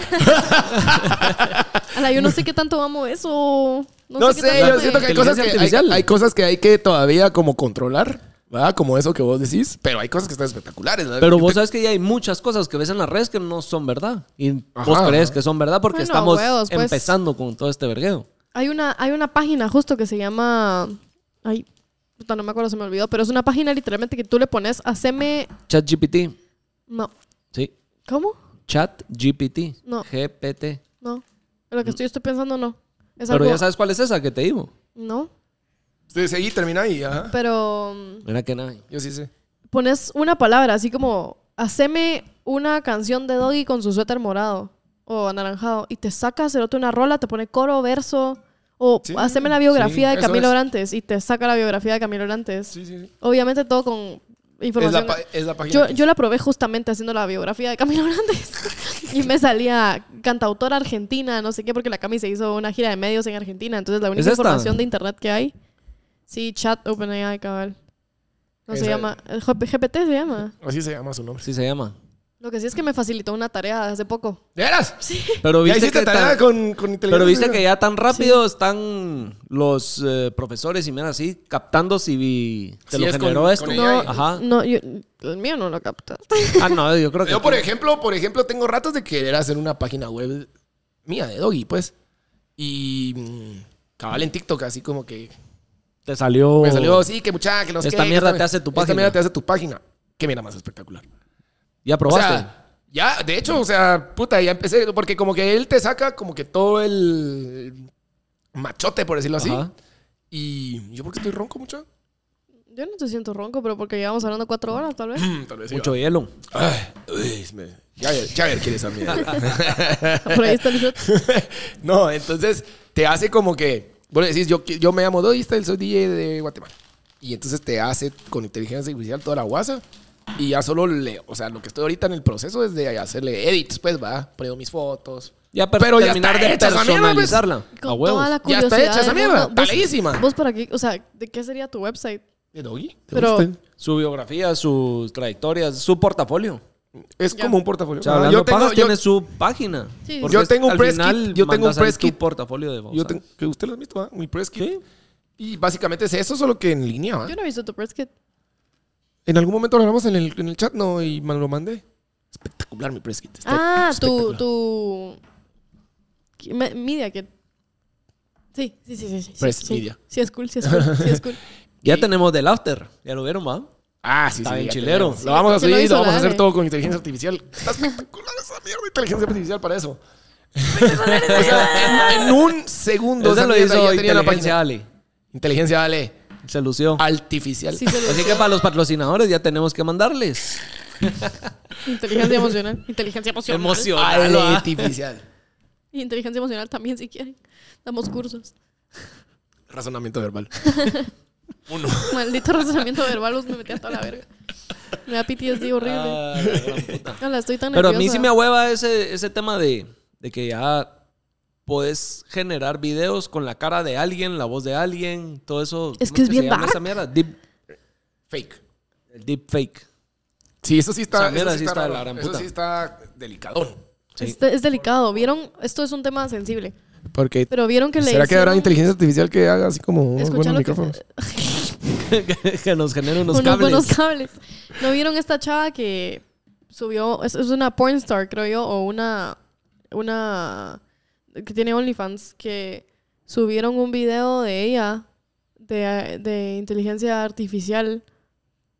Ala, yo no sé qué tanto amo eso. No,
No
qué
sé,
tanto
yo
me-
siento que hay cosas que hay,
Inteligencia artificial.
hay cosas que hay que todavía como controlar, ¿verdad? Como eso que vos decís, pero hay cosas que están espectaculares. ¿verdad?
Pero
Que
vos
te-
sabes que ya hay muchas cosas que ves en las redes que no son verdad. Y vos
Ajá.
crees que son verdad porque
Bueno,
estamos
huevos, pues.
empezando con todo este vergueo.
Hay una, hay una página justo que se llama. Ay, puta, no me acuerdo, se me olvidó. Pero es una página literalmente que tú le pones, haceme.
ChatGPT.
No.
Sí.
¿Cómo?
ChatGPT.
No.
GPT.
No. Lo
Mm.
que estoy, estoy pensando, no. Es
Pero
algo-
ya sabes cuál es esa que te digo.
No.
Sí, seguí, termina y ajá.
Pero mm,
Mira que nada.
Yo sí sé.
pones una palabra, así como, haceme una canción de Doggy con su suéter morado o anaranjado. Y te saca, cerote una rola, te pone coro, verso. O
Sí,
haceme la biografía
sí,
de
eso
Camilo
es.
Orantes. Y te saca la biografía de Camilo Orantes.
Sí, sí, sí.
Obviamente todo con
Es
información.
la, pa- es la página.
Yo,
que-
yo la probé justamente haciendo la biografía de Camilo Hernández [laughs] y me salía cantautora argentina, no sé qué, porque la Cami se hizo una gira de medios en Argentina, entonces la única
¿Es esta?
información de internet que hay. Sí, chat OpenAI, cabal. No se
Esa-
llama, el G- GPT se llama.
Así se llama su nombre.
Sí se
[laughs]
llama.
Lo que sí es que me facilitó una tarea hace poco.
¿De veras?
Pero
¿Ya
viste
hiciste
que
tarea
tan-
con, con inteligencia
Pero viste que
artificial?
ya tan rápido están los eh, profesores y mira así captando si vi- te
Sí,
lo
es con-
generó
con
esto.
ella
No,
y-
Ajá.
[laughs] no yo- el mío no lo capta.
Ah, no, yo creo que.
Yo, por ejemplo, por ejemplo, tengo ratos de querer hacer una página web mía de Doggy, pues. Y mm, cabal en TikTok, así como que
te salió.
me salió, sí, que muchacha, que no
Oh.
sé
Esta
qué, que
mierda te hace tu
Esta
página.
mierda te hace tu página. Qué mierda más espectacular.
Ya
O
probaste.
sea, ya, de hecho, o sea, puta, ya empecé, porque como que él te saca como que todo el machote, por decirlo así.
Ajá.
Y yo porque estoy ronco mucho. [clears throat]
Yo no te siento ronco, pero porque llevamos hablando cuatro horas, tal
[laughs]
vez.
Tal vez sí,
Mucho
va.
hielo.
Ay, uy, me- Ya ver, ya ver quién es esa
[laughs]
mierda.
Por ahí está el shot.
[laughs] no, entonces te hace como que, bueno, decís, yo, qui- yo me llamo Doy Style, soy DJ de Guatemala. Y entonces te hace con inteligencia artificial toda la guasa. Y ya solo le, o sea, lo que estoy ahorita en el proceso es de hacerle edits, pues va, poniendo mis fotos.
Ya para
Pero ya
terminar
está
de
hecha esa mierda, pues.
personalizarla.
Con
a huevos.
toda la
Ya
curiosidad.
está hecha esa
del
mierda.
mundo. Vos-
Está leísima.
Vos para qué, o sea, ¿de qué sería tu website?
¿De Doggy?
Pero-
Su biografía, sus trayectorias, su portfolio.
Es
Ya.
como un portafolio.
O sea,
Ah,
hablando
yo tengo,
pajas,
yo-
tiene su página.
Sí, sí.
Porque
Yo
es-
tengo un
al
press
final
kit, yo tengo
mandas
un
ahí
press
tu
kit.
portafolio de
yo
WhatsApp.
tengo- que usted lo ha visto, ¿va? Mi press kit. Y básicamente es eso, solo que en línea, ¿va?
Yo no he visto tu press kit.
En algún momento lo hablamos en el, en el chat, ¿no? Y me lo mandé. Espectacular mi press kit. está
Ah, tu,
espectacular.
tu... ¿Qué? Me- Media que... Sí, sí, sí, sí. sí,
Pues,
Press
sí, sí.
media.
Sí es cool, sí es cool, sí es
[laughs]
cool.
Ya tenemos del after. Ya lo vieron, ¿va?
Ah, sí,
Está
sí.
bien
ya
chilero.
tenemos. Lo vamos a
Sí, lo
subir y
hizo
lo vamos
la
a hacer
Ale.
todo con inteligencia artificial. Está espectacular esa mierda de inteligencia artificial para eso. O sea, en, en un segundo.
Eso
esa
lo
mierda
hizo
ya tenía la
Inteligencia
página.
Ali.
Inteligencia Ale.
Se lució.
Artificial. [laughs]
Sí se lo
Así que para los patrocinadores ya tenemos que mandarles.
Inteligencia emocional. Inteligencia emocional.
Emocional.
Ale
¿va?
artificial.
Y inteligencia emocional también, si quieren. Damos cursos.
Razonamiento verbal.
Maldito razonamiento verbal, los me metí a toda la verga. Me da PTSD horrible.
Ah, la gran puta.
Ala, estoy tan
Pero a mí
nerviosa.
sí me ahueva ese, ese tema de, de que ya puedes generar videos con la cara de alguien, la voz de alguien, todo eso.
Es
¿Cómo
que es bien
se llama
dark.
esa mierda? Deep,
Fake.
el deep fake. [laughs]
Sí, eso sí
Esa
está.
mierda sí
Eso sí
está
está,
de
raro.
la gran
Eso
puta.
sí está delicadón.
Sí.
Es, es delicado. ¿Vieron? Esto es un tema sensible.
Porque.
Pero vieron que le
¿Será que habrá
hicieron-
inteligencia artificial que haga así como unos
Escucha
buenos
lo que-
micrófonos?
que, que nos genera unos,
unos
cables.
buenos cables. ¿No vieron esta chava que subió? Es, es una porn star, creo yo, o una. Una. que tiene OnlyFans, que subieron un video de ella, de, de inteligencia artificial,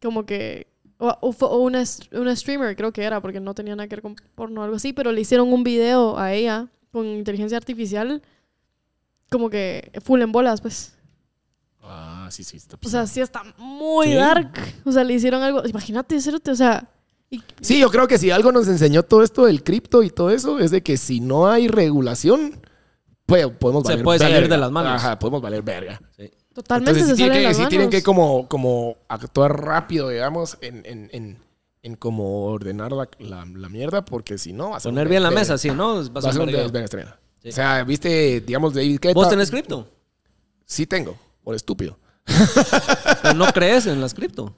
como que. O, o fue- o una, s- una streamer, creo que era, porque no tenía nada que ver con porno o algo así, pero le hicieron un video a ella con inteligencia artificial, como que full en bolas, pues.
Ah, sí, sí. Está
O sea, sí está muy
Sí.
dark. O sea, le hicieron algo. Imagínate, cerote, o sea. y-
Sí, yo creo que si algo nos enseñó todo esto del cripto y todo eso, es de que si no hay regulación, pues, podemos
Se
valer
puede
verga.
salir de las manos.
Ajá, podemos valer verga.
totalmente
Entonces,
se
sí,
sale
tienen
de
que,
las
sí
manos.
tienen que como, como actuar rápido, digamos, en, en, en, en como ordenar la, la, la mierda, porque si no, vas a
Poner bien la
desver-
mesa, sí, ¿no? Va a
Este, Vas a
ser
ser
un
un
vergueo.
desverga.
Sí.
O sea, viste, digamos, David Guetta.
¿Vos tenés cripto?
Sí tengo, por estúpido.
Pero ¿No crees en las cripto?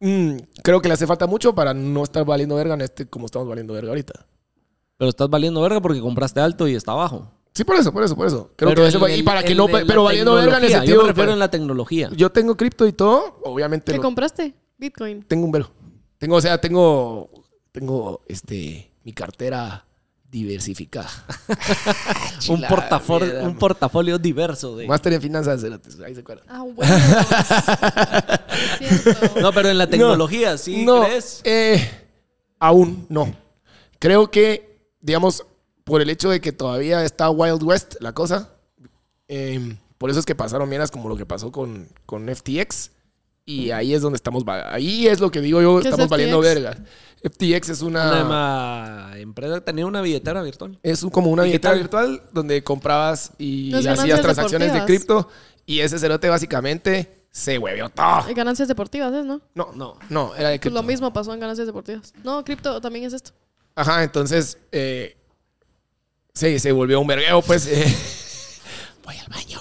Mm, creo que le hace falta mucho para no estar valiendo verga en este como estamos valiendo verga ahorita.
Pero estás valiendo verga porque compraste alto y está bajo.
Sí, por eso, por eso, por eso. Creo
Pero
que eso
en
va-
el-
y para que
en
no,
el-
pe-
la
pero valiendo verga en el
tecnología.
sentido.
Yo me refiero
pero-
en la tecnología.
Yo tengo cripto y todo, obviamente
¿Qué
lo-
compraste? Bitcoin.
tengo un velo. Tengo, o sea, tengo tengo este mi cartera diversificada.
un,
Chila,
portafolio-
mierda,
un portafolio diverso. De...
Master en finanzas, cerotes, ahí se acuerdan.
Ah, bueno. [laughs] Es cierto.
No, pero en
[laughs]
la tecnología, ¿sí
no,
crees?
eh, aún no. Creo que, digamos, por el hecho de que todavía está Wild West la cosa, eh, por eso es que pasaron mierdas como lo que pasó con, con FTX. Y ahí es donde estamos, va- ahí es lo que digo yo,
¿Qué es
estamos valiendo
FTX?
verga. FTX es una...
Una ma- empresa tenía una billetera virtual.
Es un- como una billetera
Digital.
virtual donde comprabas y
Las
hacías
ganancias
transacciones de
deportivas.
cripto. Y ese cerote básicamente se huevió todo.
En Ganancias deportivas, ¿es, no?
No,
No.
no, no, era de
Pues
cripto.
lo mismo pasó en ganancias deportivas. No, cripto también es esto.
Ajá, entonces, eh, sí, se volvió un vergueo, pues. eh. [laughs] Voy al baño.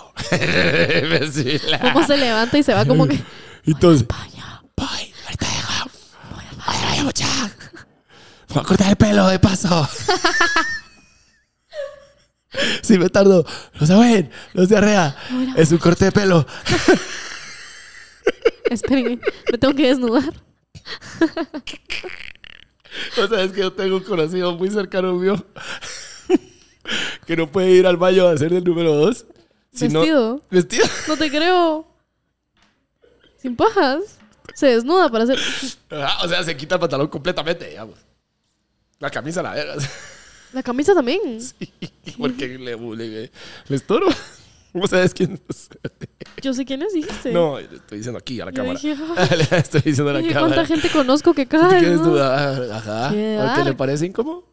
Sí, la-
Cómo se levanta y se va
[laughs]
como que. [laughs]
entonces,
Vaya.
voy, ahorita dejo. Voy al baño, Chuck. Voy a cortar el pelo de [laughs] paso. Si me tardo, lo saben, no se arrea. Es un corte de pelo.
Esperen, me tengo que desnudar.
O sea, es que yo tengo un conocido muy cercano mío [laughs] que no puede ir al baño a hacer el número dos. si no-
Vestido.
Vestido.
No te creo. Sin pajas. Se desnuda para hacer.
Ajá, o sea, se quita el pantalón completamente, digamos. La camisa la verga. [laughs]
La camisa también.
Porque le, le, le estorba. [laughs] ¿Cómo sabes quién? es?
Yo sé quiénes dijiste.
No, le estoy diciendo aquí a la
Yo
cámara.
dije,
[laughs] Le estoy diciendo a la
Dije,
cámara.
¿Cuánta gente conozco que
¿Tú
cae?
quieres
no?
dudar? Ajá.
Qué
Porque le
dark.
parece incómodo.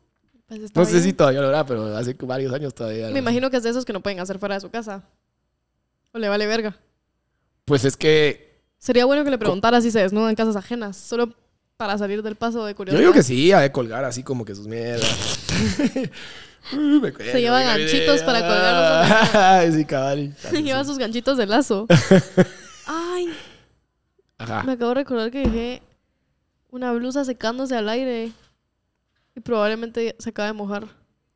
Pues está
No sé
bien.
si todavía lo hará, pero hace varios años todavía.
Me imagino que es de esos que no pueden hacer fuera de su casa. O le vale verga.
Pues es que
Sería bueno que le preguntara si se desnudan en casas ajenas, solo para salir del paso de
Yo
curiosidad.
digo que sí, ha de colgar así como que
[laughs]
sus mierdas. [laughs] Uy, me cuelgo,
Se lleva
me
ganchitos para
cuelgo. [laughs]
colgarlos.
Ay, sí, cabal.
[laughs] Lleva sus ganchitos de
[laughs]
lazo. Ay, me [laughs]
Ajá.
acabo de recordar que dejé una blusa secándose al aire y probablemente se acaba de mojar.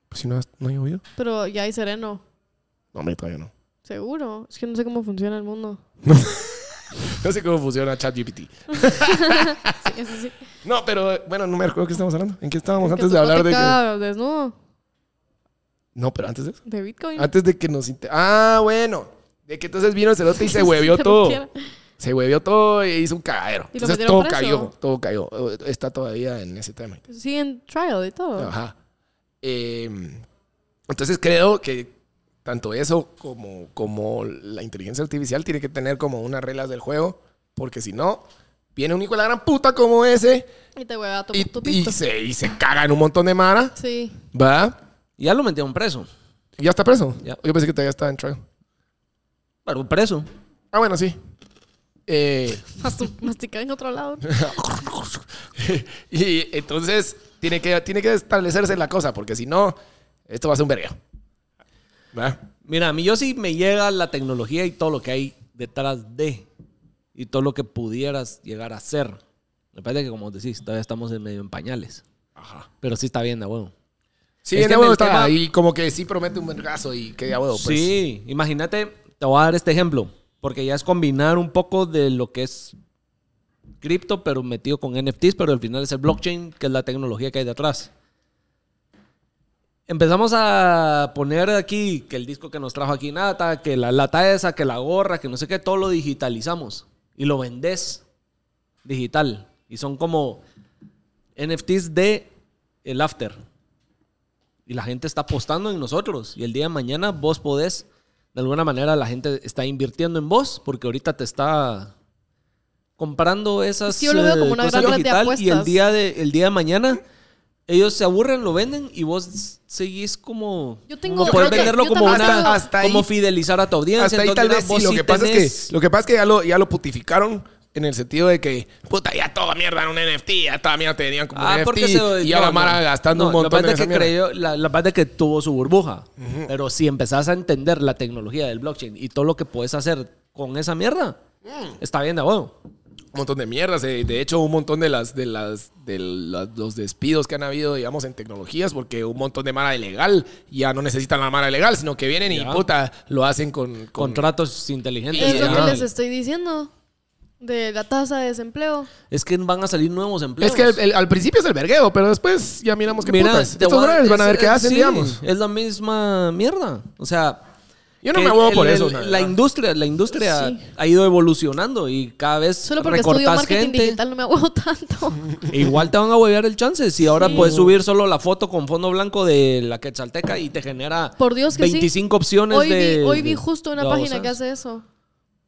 Pues si no, no ha llovido.
Pero ya hay sereno,
No, hombre, todavía no.
seguro. Es que no sé cómo funciona el mundo.
No sé cómo funciona ChatGPT.
Sí, eso sí.
No, pero bueno, no me recuerdo qué estamos hablando. ¿En qué estábamos
Que
antes
tu
de hablar
cuate
de que...
caga desnudo
No, pero antes de eso.
de Bitcoin.
Antes de que nos... inte- Ah, bueno. De que entonces vino
[laughs]
el celote y se huevió
Se
todo.
metiera.
Se huevió todo y hizo un cagadero.
¿Y lo
Entonces
metieron
todo
preso?
cayó, todo cayó. Está todavía en ese tema.
Sí, en trial y todo.
Ajá. Eh, entonces creo que tanto eso como, como la inteligencia artificial tiene que tener como unas reglas del juego, porque si no, viene un hijo de la gran puta como ese
Y te hueva tu,
y,
tu
y
pito.
se, y se caga en un montón de mara,
Sí. [laughs]
¿va?
Ya lo metieron preso.
¿Ya está preso?
Ya.
Yo pensé que todavía estaba en trial.
Pero preso.
Ah, bueno, sí. Eh, [laughs]
Mastu- Masticar en otro lado.
y entonces tiene que, tiene que establecerse la cosa, porque si no, esto va a ser un vergueo. ¿Va?
Mira, a mí yo sí me llega la tecnología y todo lo que hay detrás de y todo lo que pudieras llegar a ser. Me parece que, como decís, todavía estamos en medio en pañales. Ajá. Pero sí está bien, de huevo. Es que
Sí, en
en
Este huevo
el
está
tema-
ahí, como que sí promete un vergazo y que ya huevo, pues.
Sí, imagínate, te voy a dar este ejemplo, porque ya es combinar un poco de lo que es cripto, pero metido con NFTs, pero al final es el blockchain, que es la tecnología que hay detrás. Empezamos a poner aquí que el disco que nos trajo aquí Nata, que la lata esa, que la gorra, que no sé qué, todo lo digitalizamos y lo vendes digital. Y son como NFTs de el after. Y la gente está apostando en nosotros. Y el día de mañana vos podés, de alguna manera la gente está invirtiendo en vos porque ahorita te está comprando esas
Sí, yo lo veo
eh,
como una
cosas
gran red de
digital y el
apuestas.
día de el día de mañana ellos se aburren, lo venden y vos seguís como
Yo tengo-
como
yo
poder
creo que-
venderlo
yo
como
también
una
tengo-
Hasta ahí-
como fidelizar a tu audiencia,
Hasta ahí
entonces,
tal
mira,
vez sí,
vos
lo
sí
que pasa es
tenés-
que lo que pasa es que ya lo, ya lo putificaron en el sentido de que puta, ya toda mierda era un NFT, ya toda mierda te tenían como
Ah,
un NFT
porque se
y ya la
no,
mara
no.
gastando
No,
un montón
la
de
parte que creyó- la, la parte que tuvo su burbuja. Pero si empezás a entender la tecnología del blockchain y todo lo que puedes hacer con esa mierda,
Mm.
está bien de huevo.
un montón de mierdas, eh, de hecho un montón de las de las de las- los despidos que han habido, digamos, en tecnologías porque un montón de mara ilegal ya no necesitan la mara legal, sino que vienen y
Ya.
puta lo hacen con, con
Contratos inteligentes.
Es lo que
ya.
les estoy diciendo. De la tasa de desempleo.
Es que van a salir nuevos
es
empleos.
que el- el- al principio es el vergueo, pero después ya miramos qué
Mira,
putas.
te
Estos
voy a-
brothers van a
es-
ver qué
es-
hacen,
sí,
digamos.
Es la misma mierda. O sea,
Yo no
que
me huevo
el-
por
el-
eso.
La,
verdad.
industria, la industria
Sí.
ha ido evolucionando y cada vez
Solo porque estudio
recortás
marketing
gente.
digital no me hago [laughs] tanto.
Igual te van a huevear el chance. Si ahora
Sí.
puedes subir solo la foto con fondo blanco de la Quetzalteca y te genera
Por Dios Pues que sí.
25 opciones
hoy,
de.
vi, hoy vi
de-
justo una
de
página
babosadas.
que hace eso.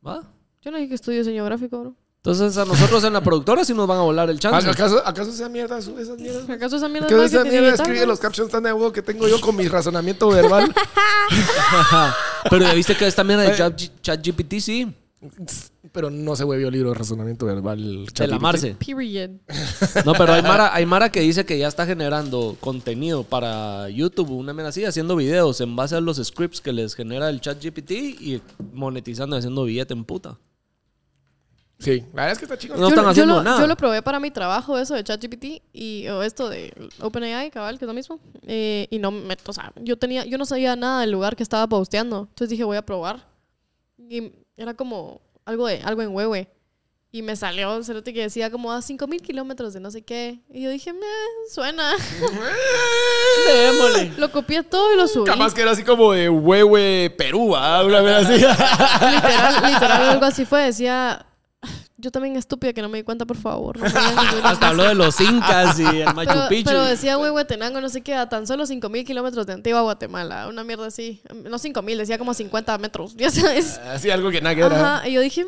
Va.
Yo no dije que estudio diseño gráfico, bro.
Entonces a nosotros en la productora sí nos van a volar el chance.
¿Acaso, ¿Acaso esa mierda, su- esas mierdas?
¿Acaso esa mierda
¿Acaso
es
esa
marketing
mierda
digital, no?
escribe los captions tan de huevo que tengo yo con mi razonamiento verbal?
Pero ya viste que esta mierda de Chat- ChatGPT sí.
pero no se huevió el libro de razonamiento verbal.
De la
ChatGPT.
Marce.
Period.
No, pero hay Mara, hay Mara que dice que ya está generando contenido para YouTube, una mierda así, haciendo videos en base a los scripts que les genera el ChatGPT y monetizando, haciendo billete en puta.
Sí, la verdad es que está chico. [laughs]
No están
lo-
haciendo
lo,
nada.
Yo lo probé para mi trabajo, eso de ChatGPT y o esto de OpenAI, cabal, que es lo mismo. Eh, y no me, o sea, yo tenía, yo no sabía nada del lugar que estaba posteando. Entonces dije, voy a probar. Y era como algo de, algo en huehue. Y me salió un cerote que decía como a 5000 kilómetros de no sé qué. Y yo dije, "Meh, suena. [laughs]
Démosle.
lo copié todo y lo subí.
Capaz que era así como de huehue Perú, ¿ah? una vez así.
Literal, literal, algo así fue. Decía, yo también estúpida que no me di cuenta, por favor. no me
[laughs]
hagan ninguna
[laughs] Hasta habló de los incas y el Machu
Pero,
Picchu.
pero decía Huehuetenango, no sé qué, a tan solo 5.000 kilómetros de Antigua Guatemala. Una mierda así. No 5.000, decía como 50 metros. [laughs] Ya sabes.
Ah,
así algo que nada que era.
Ajá. Y yo dije,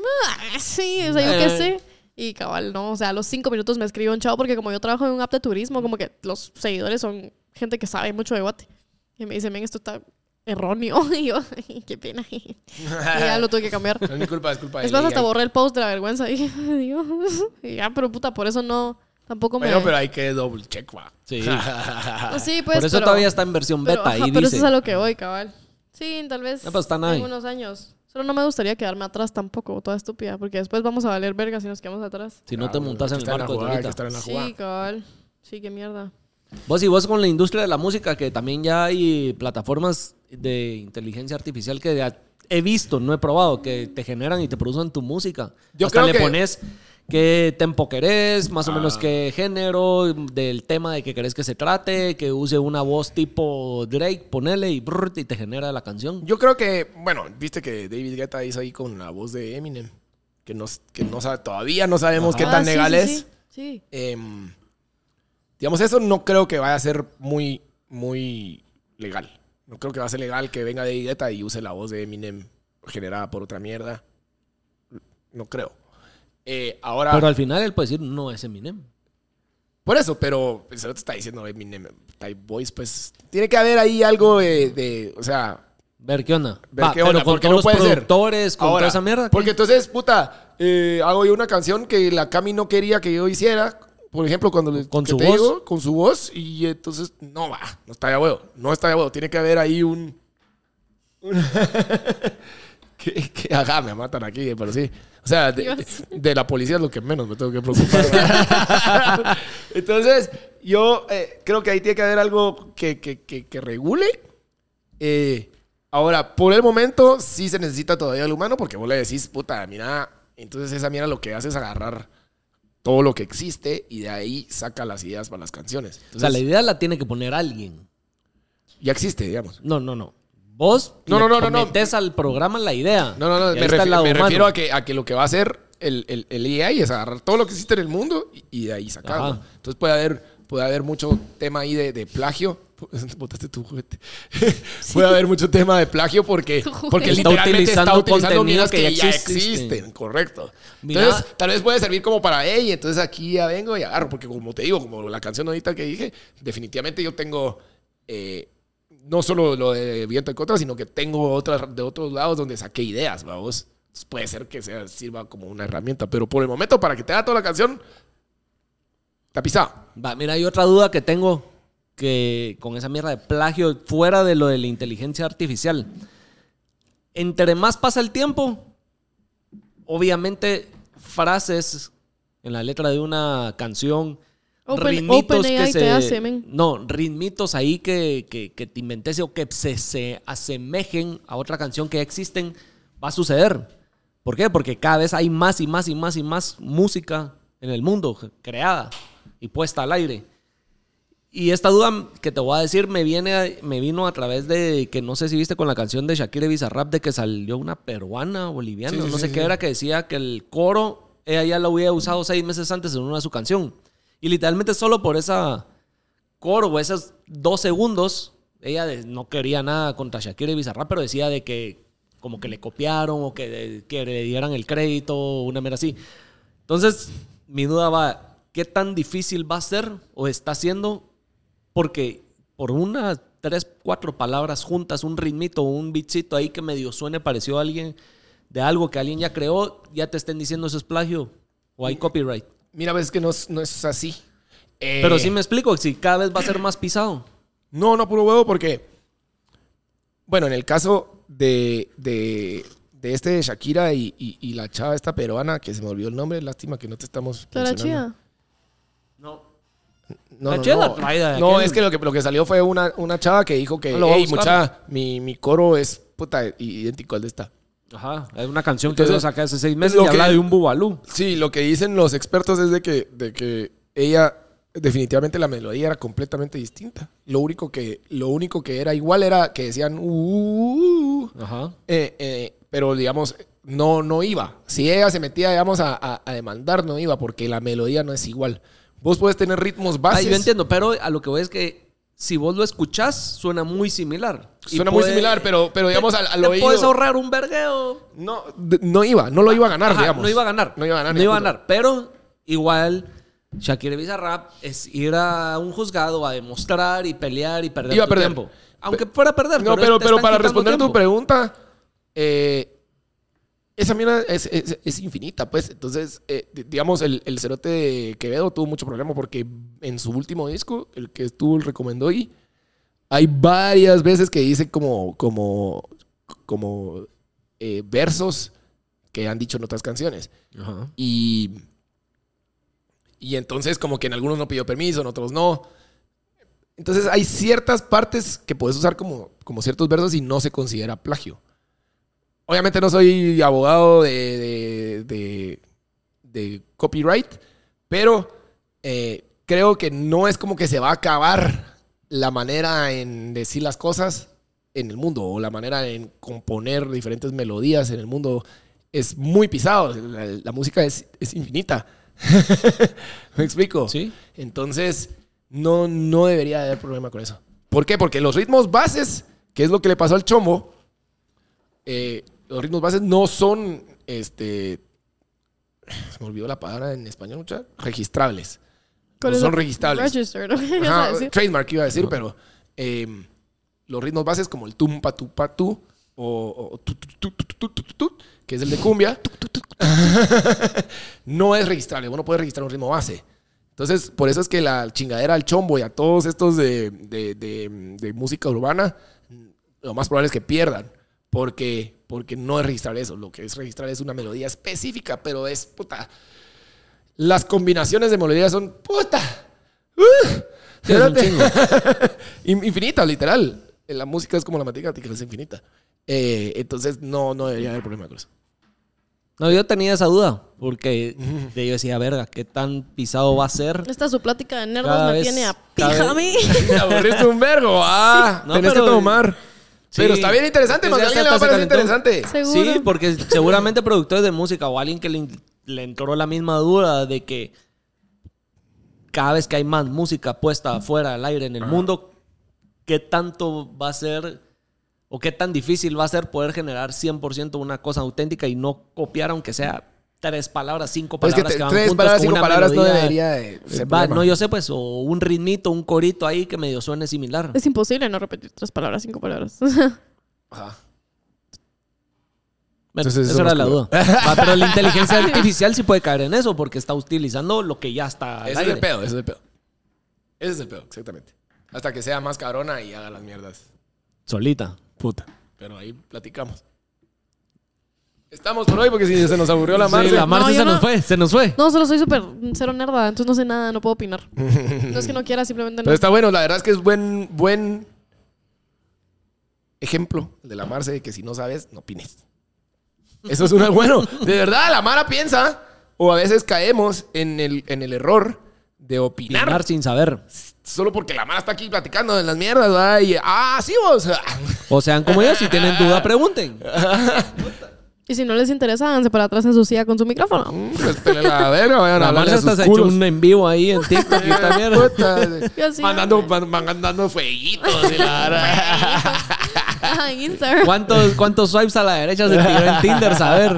"Ah, sí, o sea, yo qué
Eh.
sé. Y cabal, no. O sea, a los 5 minutos me escribió un chavo porque como yo trabajo en un app de turismo, como que los seguidores son gente que sabe mucho de Guate. Y me dice, men, esto está erróneo. [laughs] Y yo, "Ay, qué pena. Y
Ah.
ya lo tuve que
[laughs]
cambiar.
No es mi culpa, es culpa de
Es más,
ella.
hasta borré el post de la vergüenza. [laughs] Y dije, Dios. Y ya, pero puta, por eso no. Tampoco me.
Bueno, pero hay que doble check, va. [laughs]
Sí.
Sí, pues,
Por eso
pero-
todavía está en versión
Pero,
beta.
ajá,
y
pero
dice,
eso es a lo que voy, cabal. Sí, tal vez
No, pues, están ahí.
en unos años. Solo no me gustaría quedarme atrás tampoco, toda estúpida, porque después vamos a valer verga si nos quedamos atrás.
si no te montas en el
la
barco de
jugada, hay que
ahorita.
estar Ah, en la jugada.
Sí, cabal. Sí, qué mierda.
Vos y vos con la industria de la música, que también ya hay plataformas de inteligencia artificial que ya he visto, no he probado, que te generan y te producen tu música.
Yo
Hasta
creo
le
que- Ah.
pones qué tempo querés, más o menos qué género, del tema de que querés que se trate, que use una voz tipo Drake, ponele y, brrrt, y te genera la canción.
Yo creo que, bueno, viste que David Guetta hizo ahí con la voz de Eminem, que, nos, que no sabe, todavía no sabemos qué
Ah,
tan
sí,
legal
sí,
es.
Sí, sí.
Em, digamos, eso no creo que vaya a ser muy, muy legal. No creo que va a ser legal que venga David Guetta y use la voz de Eminem generada por otra mierda. No creo. Eh, ahora,
Pero al final él puede decir, no es Eminem.
por eso, pero el cerote está diciendo Eminem, Type Voice, pues tiene que haber ahí algo de, de, o sea,
Ver qué onda.
Ver
Va,
qué
pero
onda,
con
porque
todos
no
los
puede ser.
productores, con
Ahora,
toda esa mierda. ¿qué?
Porque entonces, puta, eh, hago yo una canción que la Cami no quería que yo hiciera. Por ejemplo, cuando le-
Con
que
su
te
voz.
digo, con su voz. Y entonces, no va. No está de huevo. No está de huevo. Tiene que haber ahí un. un- [laughs] que, que, ajá, me matan aquí, eh, pero sí. O sea, de,
Dios.
de la policía es lo que menos me tengo
[laughs]
que preocupar. ¿verdad? entonces, yo eh, creo que ahí tiene que haber algo que, que, que, que regule. Eh, ahora, por el momento, sí se necesita todavía el humano porque vos le decís, puta, mira, entonces esa mira lo que hace es agarrar todo lo que existe y de ahí saca las ideas para las canciones.
O sea,
Entonces,
la idea la tiene que poner alguien.
ya existe, digamos.
No, no, no. Vos
No,
le
no, no, no, no.
metes al programa la idea.
No, no, no,
Y
me,
ahí está
refi-
el lado
me
humano.
refiero a que, a que lo que va a hacer el, el, el AI es agarrar todo lo que existe en el mundo y, y de ahí sacarlo.
Ajá.
Entonces puede haber, puede haber mucho tema ahí de, de plagio. [laughs] Botaste tu juguete. Puede haber mucho tema de plagio porque,
Tu juguete.
porque
Está
literalmente
utilizando
está utilizando
contenido
minas que,
que ya
ya
existe.
existen. Correcto.
Mira.
Entonces, tal vez puede servir como para, hey, entonces aquí ya vengo y agarro. Porque como te digo, como la canción ahorita que dije, definitivamente yo tengo... eh, no solo lo de viento en contra, sino que tengo otras de otros lados donde saqué ideas, vamos. Entonces, puede ser que sea, sirva como una herramienta, pero por el momento, para que te haga toda la canción, tapizado.
Va, mira, hay otra duda que tengo que con esa mierda de plagio fuera de lo de la inteligencia artificial. Entre más pasa el tiempo, obviamente frases en la letra de una canción,
Open-
ritmitos
OpenAI
que
te
se
hace, men.
no, ritmitos ahí que, que, que te inventes o que se, se asemejen a otra canción que ya existen, va a suceder. ¿Por qué? Porque cada vez hay más y más y más y más música en el mundo creada y puesta al aire. Y esta duda que te voy a decir me, viene, a- me vino a través de que no sé si viste con la canción de Shakira y Bizarrap de que salió una peruana, boliviana,
Sí, sí,
no
sí,
sé
sí.
qué era, que decía que el coro ella ya lo había usado seis meses antes en una de su canción. Y literalmente solo por esa coro o esos dos segundos, ella de- no quería nada contra Shakira y Bizarrap, pero decía de que como que le copiaron o que, de- que le dieran el crédito o una mera así. Entonces, mi duda va, ¿qué tan difícil va a ser o está siendo? Porque por unas tres, cuatro palabras juntas, un ritmito, un beatcito ahí que medio suene parecido a alguien, de algo que alguien ya creó, ya te estén diciendo eso es plagio o hay copyright.
Mira, ves que no, es- no es así. Eh,
Pero sí me explico, si cada vez va a ser más pisado.
No, no puro huevo, porque. Bueno, en el caso de, de, de este de Shakira y, y- y la chava esta peruana, que se me olvidó el nombre, lástima que no te estamos.
Clara
mencionando.
Chía.
No.
No,
La
no,
chela
no.
traída de
No,
aquel.
es que lo, que lo que salió fue una, una chava que dijo que,
Ah, lo voy a
hey,
buscar.
mucha, mi, mi coro es puta idéntico al de esta.
Ajá, es una canción
Entonces,
que yo saqué hace seis meses
lo
y
que-
habla de un bubalú.
Sí, lo que dicen los expertos es de que, de que ella, definitivamente la melodía era completamente distinta. Lo único que, lo único que era igual era que decían, "Uh, uh, uh".
Ajá.
Eh, eh, pero digamos, no, no iba. Si ella se metía, digamos, a, a- a demandar, no iba, porque la melodía no es igual. Vos puedes tener ritmos
Ah, yo
básicos.
entiendo, pero a lo que voy es que si vos lo escuchás, suena muy similar. Y
Suena muy
puede-
similar, pero, pero digamos al, al
te
oído.
puedes ahorrar un vergueo.
No, d- no iba, no lo iba a ganar,
Ah, Ajá,
digamos.
No iba a ganar.
No iba a ganar.
No
ni
iba a
puta.
ganar. Pero igual, Shakira y Bizarrap es ir a un juzgado a demostrar y pelear y perder
Iba a
tu
perder.
tiempo. Aunque fuera a perder.
No, pero,
te
pero
están
para
quitando
responder tu
tiempo.
pregunta, eh, esa mierda es, es- es infinita, pues. Entonces, eh, di- digamos, el, el cerote de Quevedo tuvo mucho problema porque en su último disco, el que tú el recomendó y hay varias veces que dice como, como, como eh, versos que han dicho en otras canciones.
Ajá.
Y, y entonces como que en algunos no pidió permiso, en otros no. Entonces hay ciertas partes que puedes usar como, como ciertos versos y no se considera plagio. Obviamente no soy abogado de, de, de- de copyright, pero eh, creo que no es como que se va a acabar la manera en decir las cosas en el mundo o la manera en componer diferentes melodías en el mundo. Es muy pisado, la, la música es, es infinita. [laughs] ¿Me explico?
Sí.
Entonces, no, no debería haber problema con eso. ¿Por qué? Porque los ritmos bases, que es lo que le pasó al chombo, eh, los ritmos bases no son, este, se me olvidó la palabra en español, mucha, registrables.
¿Cuál
No
es
Pues son
la-
registrables.
Registered,
[laughs]
¿ok? [laughs] Ya
Ajá,
sabes, sí.
trademark iba a decir, pero eh, los ritmos bases como el tumpa tupa tu o, o tu, tu, tu, tu, tu, tu, tu, tu, que es el de cumbia, [laughs] no es registrable. Uno puede registrar un ritmo base. Entonces, por eso es que la chingadera al chombo y a todos estos de, de- de- de música urbana, lo más probable es que pierdan. Porque, porque no es registrar eso. Lo que es registrar es una melodía específica, pero es puta. Las combinaciones de melodías son puta. ¡Uh!
Sí,
[laughs]
es un chingo.
In- Infinita, literal. La música es como la matemática, es infinita. Eh, entonces no, no debería haber problema con [laughs] eso.
No, yo tenía esa duda,
[laughs]
porque yo decía, verga, ¿qué tan pisado va a ser?
Esta su plática de nerdos
Cada
me
vez-
tiene a
cada
pija
vez-
a
[laughs]
mí.
Te aburriste un vergo. Ah,
No,
tenés que
pero-
tomar.
Sí.
Pero está bien interesante,
Pues
porque
ya
a alguien
está,
le va a
está
parecer
calentón.
interesante.
Seguro.
Sí, porque seguramente productores de música o alguien que le, le entró la misma duda de que cada vez que hay más música puesta afuera al aire en el mundo, ¿qué tanto va a ser o qué tan difícil va a ser poder generar 100% una cosa auténtica y no copiar aunque sea tres palabras, cinco
Pues
palabras
que
que,
te-
van
tres
juntas
palabras,
con
cinco
una
palabras no
melodía?
debería de ser
Va,
problema.
no, yo sé pues, o un ritmito, un corito ahí que medio suene similar.
Es imposible no repetir tres palabras, cinco palabras. [laughs]
Ajá.
Bueno,
Entonces,
esa
eso
era la
nos
duda.
[laughs]
Va, pero la inteligencia artificial sí puede caer en eso porque está utilizando lo que ya está. al
Ese es el
aire.
pedo, ese es el pedo. Ese es el pedo, exactamente. Hasta que sea más cabrona y haga las mierdas.
Solita.
Puta. Pero ahí platicamos. Estamos por hoy porque si se nos aburrió la
La Marce,
marcha.
la Marce
No, yo
se nos
no.
fue, se nos fue.
No, solo soy súper cero nerda, entonces no sé nada, no puedo opinar.
[laughs]
No es que no quiera, simplemente no.
Pero está bueno, la verdad es que es buen, buen ejemplo el de la Marce de que si no sabes, no opines. Eso es una [laughs] bueno. De verdad, la Mara piensa, o a veces caemos en el, en el error de opinar.
Opinar sin saber.
Solo porque la Mara está aquí platicando de las mierdas, ¿verdad? Y, ah, sí, vos. [laughs]
O sean como yo, si tienen duda, pregunten.
Y si no les interesa, háganse para atrás en su silla con su
[laughs]
micrófono.
Pues, pele la verga, vayan a
La
hablarle
Marce
a sus
hasta se ha hecho
culos.
un en vivo ahí en TikTok y esta mierda. [laughs]
[laughs] Puta.
Yo sí,
mandando,
hombre.
man- mandando fueguitos y
[laughs]
la verdad.
Ajá, en
[laughs]
Instagram.
¿Cuántos, ¿Cuántos swipes a la derecha se tiró en Tinder? Saber.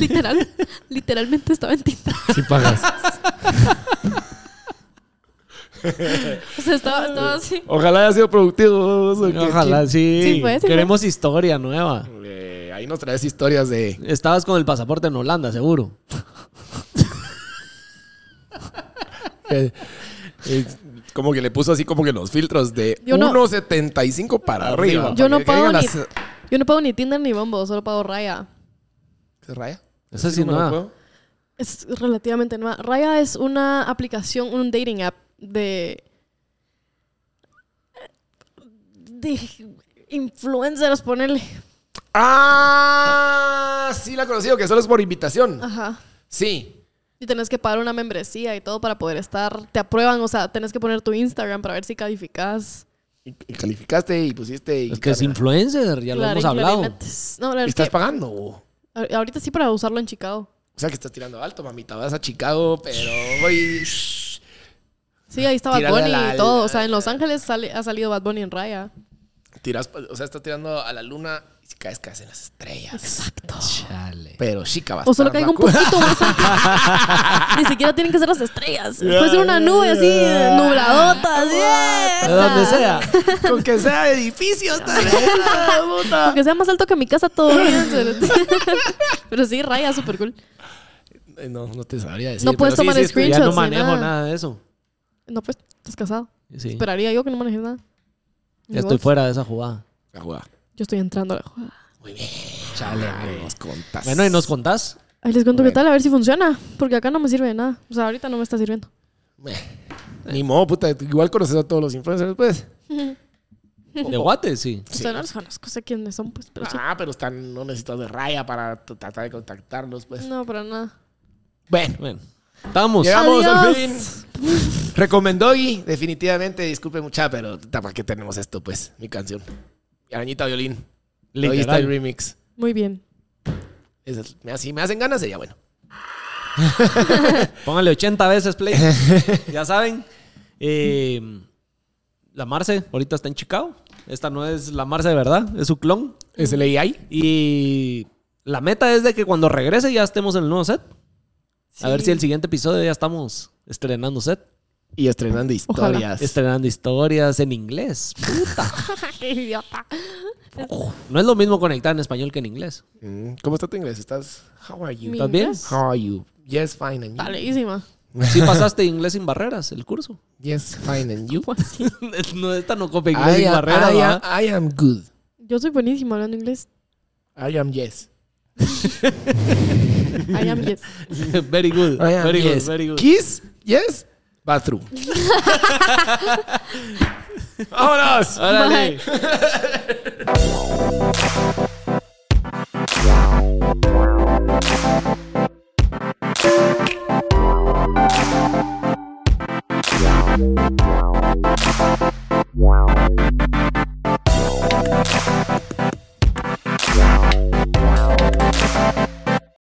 Literal, literalmente estaba en tinta.
Si pagas.
O sea, estaba, estaba así.
Ojalá haya sido productivo. vos, o que-
Ojalá, sí.
Sí, fue, sí fue.
Queremos historia nueva.
Eh, ahí nos traes historias de.
Estabas con el pasaporte en Holanda, seguro.
eh, eh, como que le puso así como que los filtros de
Yo no-
1.75 para arriba.
Yo
para
no
que
pago
caigan
ni,
las-
yo no pago ni Tinder ni Bombo, solo pago Raya.
¿Se raya?
Eso sí,
¿Sí me lo
nueva.
puedo?
Es relativamente nueva. Raya es una aplicación, un dating app de. de influencers, ponerle.
Ah, sí la he conocido, que solo es por invitación.
Ajá.
Sí.
Y tenés que pagar una membresía y todo para poder estar. Te aprueban, o sea, tenés que poner tu Instagram para ver si calificas.
Y, y calificaste y pusiste. Y
Es que es
Claro.
influencer, ya lo
Clarín,
hemos hablado.
clarinetes. No, la
¿Y
verdad
estás
es que
pagando. O
ahor- ahorita sí para usarlo en Chicago.
sea que estás tirando alto, mamita. Vas a Chicago, pero voy.
Sí, ahí estaba
Tírale
Bad
a
Bunny
la-
y todo.
la-
O sea, en Los Ángeles sale- ha salido Bad Bunny en Raya.
Tiras, o sea, estás tirando a la luna y si caes, caes en las estrellas.
Exacto.
Chale.
Pero chica, vas
O solo caiga un poquito más
[laughs]
alto. Ni siquiera tienen que ser las estrellas. Puede ser una nube así, nubladota. así, eh,
De donde
esa.
sea.
[laughs] Con que sea edificios,
[laughs]
tal vez. puta.
Aunque sea más alto que mi casa,
[laughs]
todo bien. [laughs] Pero sí, Raya, súper cool.
Eh, No, no te sabría decir.
No puedes
pero sí,
tomar
sí, estoy-
screenshots.
Ya no
ni
manejo nada.
nada.
de eso.
No, pues, estás casado.
Sí.
Esperaría yo que no manejes nada. ¿Y
Ya estoy
vos?
fuera de esa jugada.
La jugada.
Yo estoy entrando a la jugada.
Muy bien. Chale, nos contás.
Bueno, ¿y nos contás?
Ahí les cuento
Bueno.
qué tal, a ver si funciona. Porque acá no me sirve de nada. O sea, ahorita no me está sirviendo.
Ni modo, puta. Igual conoces a todos los influencers, pues.
De Guate, sí.
O sea, no los conozco, sé quiénes son, pues, pero sí.
Ah, pero están, no necesitas de raya para t- tratar de contactarlos, pues.
No, para nada.
Bueno,
Bueno, estamos.
llegamos al fin.
Adiós.
Recomendó y definitivamente, disculpe mucha, pero ¿para qué tenemos esto, pues? Mi canción. Arañita Violín. Hoy está el
Literal.
remix.
Muy bien.
Esa es- me- si me hacen ganas, sería bueno.
Póngale 80 veces play. ya saben. eh, la Marce ahorita está en Chicago. Esta no es la Marce de verdad, es su clon.
Es el AI.
Y la meta es de que cuando regrese ya estemos en el nuevo set. A ver si el siguiente episodio ya estamos estrenando set.
Y estrenando
Ojalá.
historias.
Estrenando historias en inglés.
[laughs] ¡Qué idiota!
No es lo mismo conectar en español que en inglés.
Mm, ¿Cómo está tu inglés? ¿Estás? How are you?
Mi
¿Estás bien?
inglés
How are you? Yes, fine and
Está
you.
leísima.
Sí pasaste inglés sin barreras, el curso. [laughs]
Yes, fine
[laughs]
and you.
no, esta no copia inglés
I
sin
am,
barreras.
I am-
¿verdad?
I am good.
Yo soy buenísima hablando inglés.
I am yes.
I
[laughs]
am yes.
very good,
I am
very
Ah, yes.
good, very good.
Kiss, yes, bathroom. ¡Vámonos!
Órale.
Bye.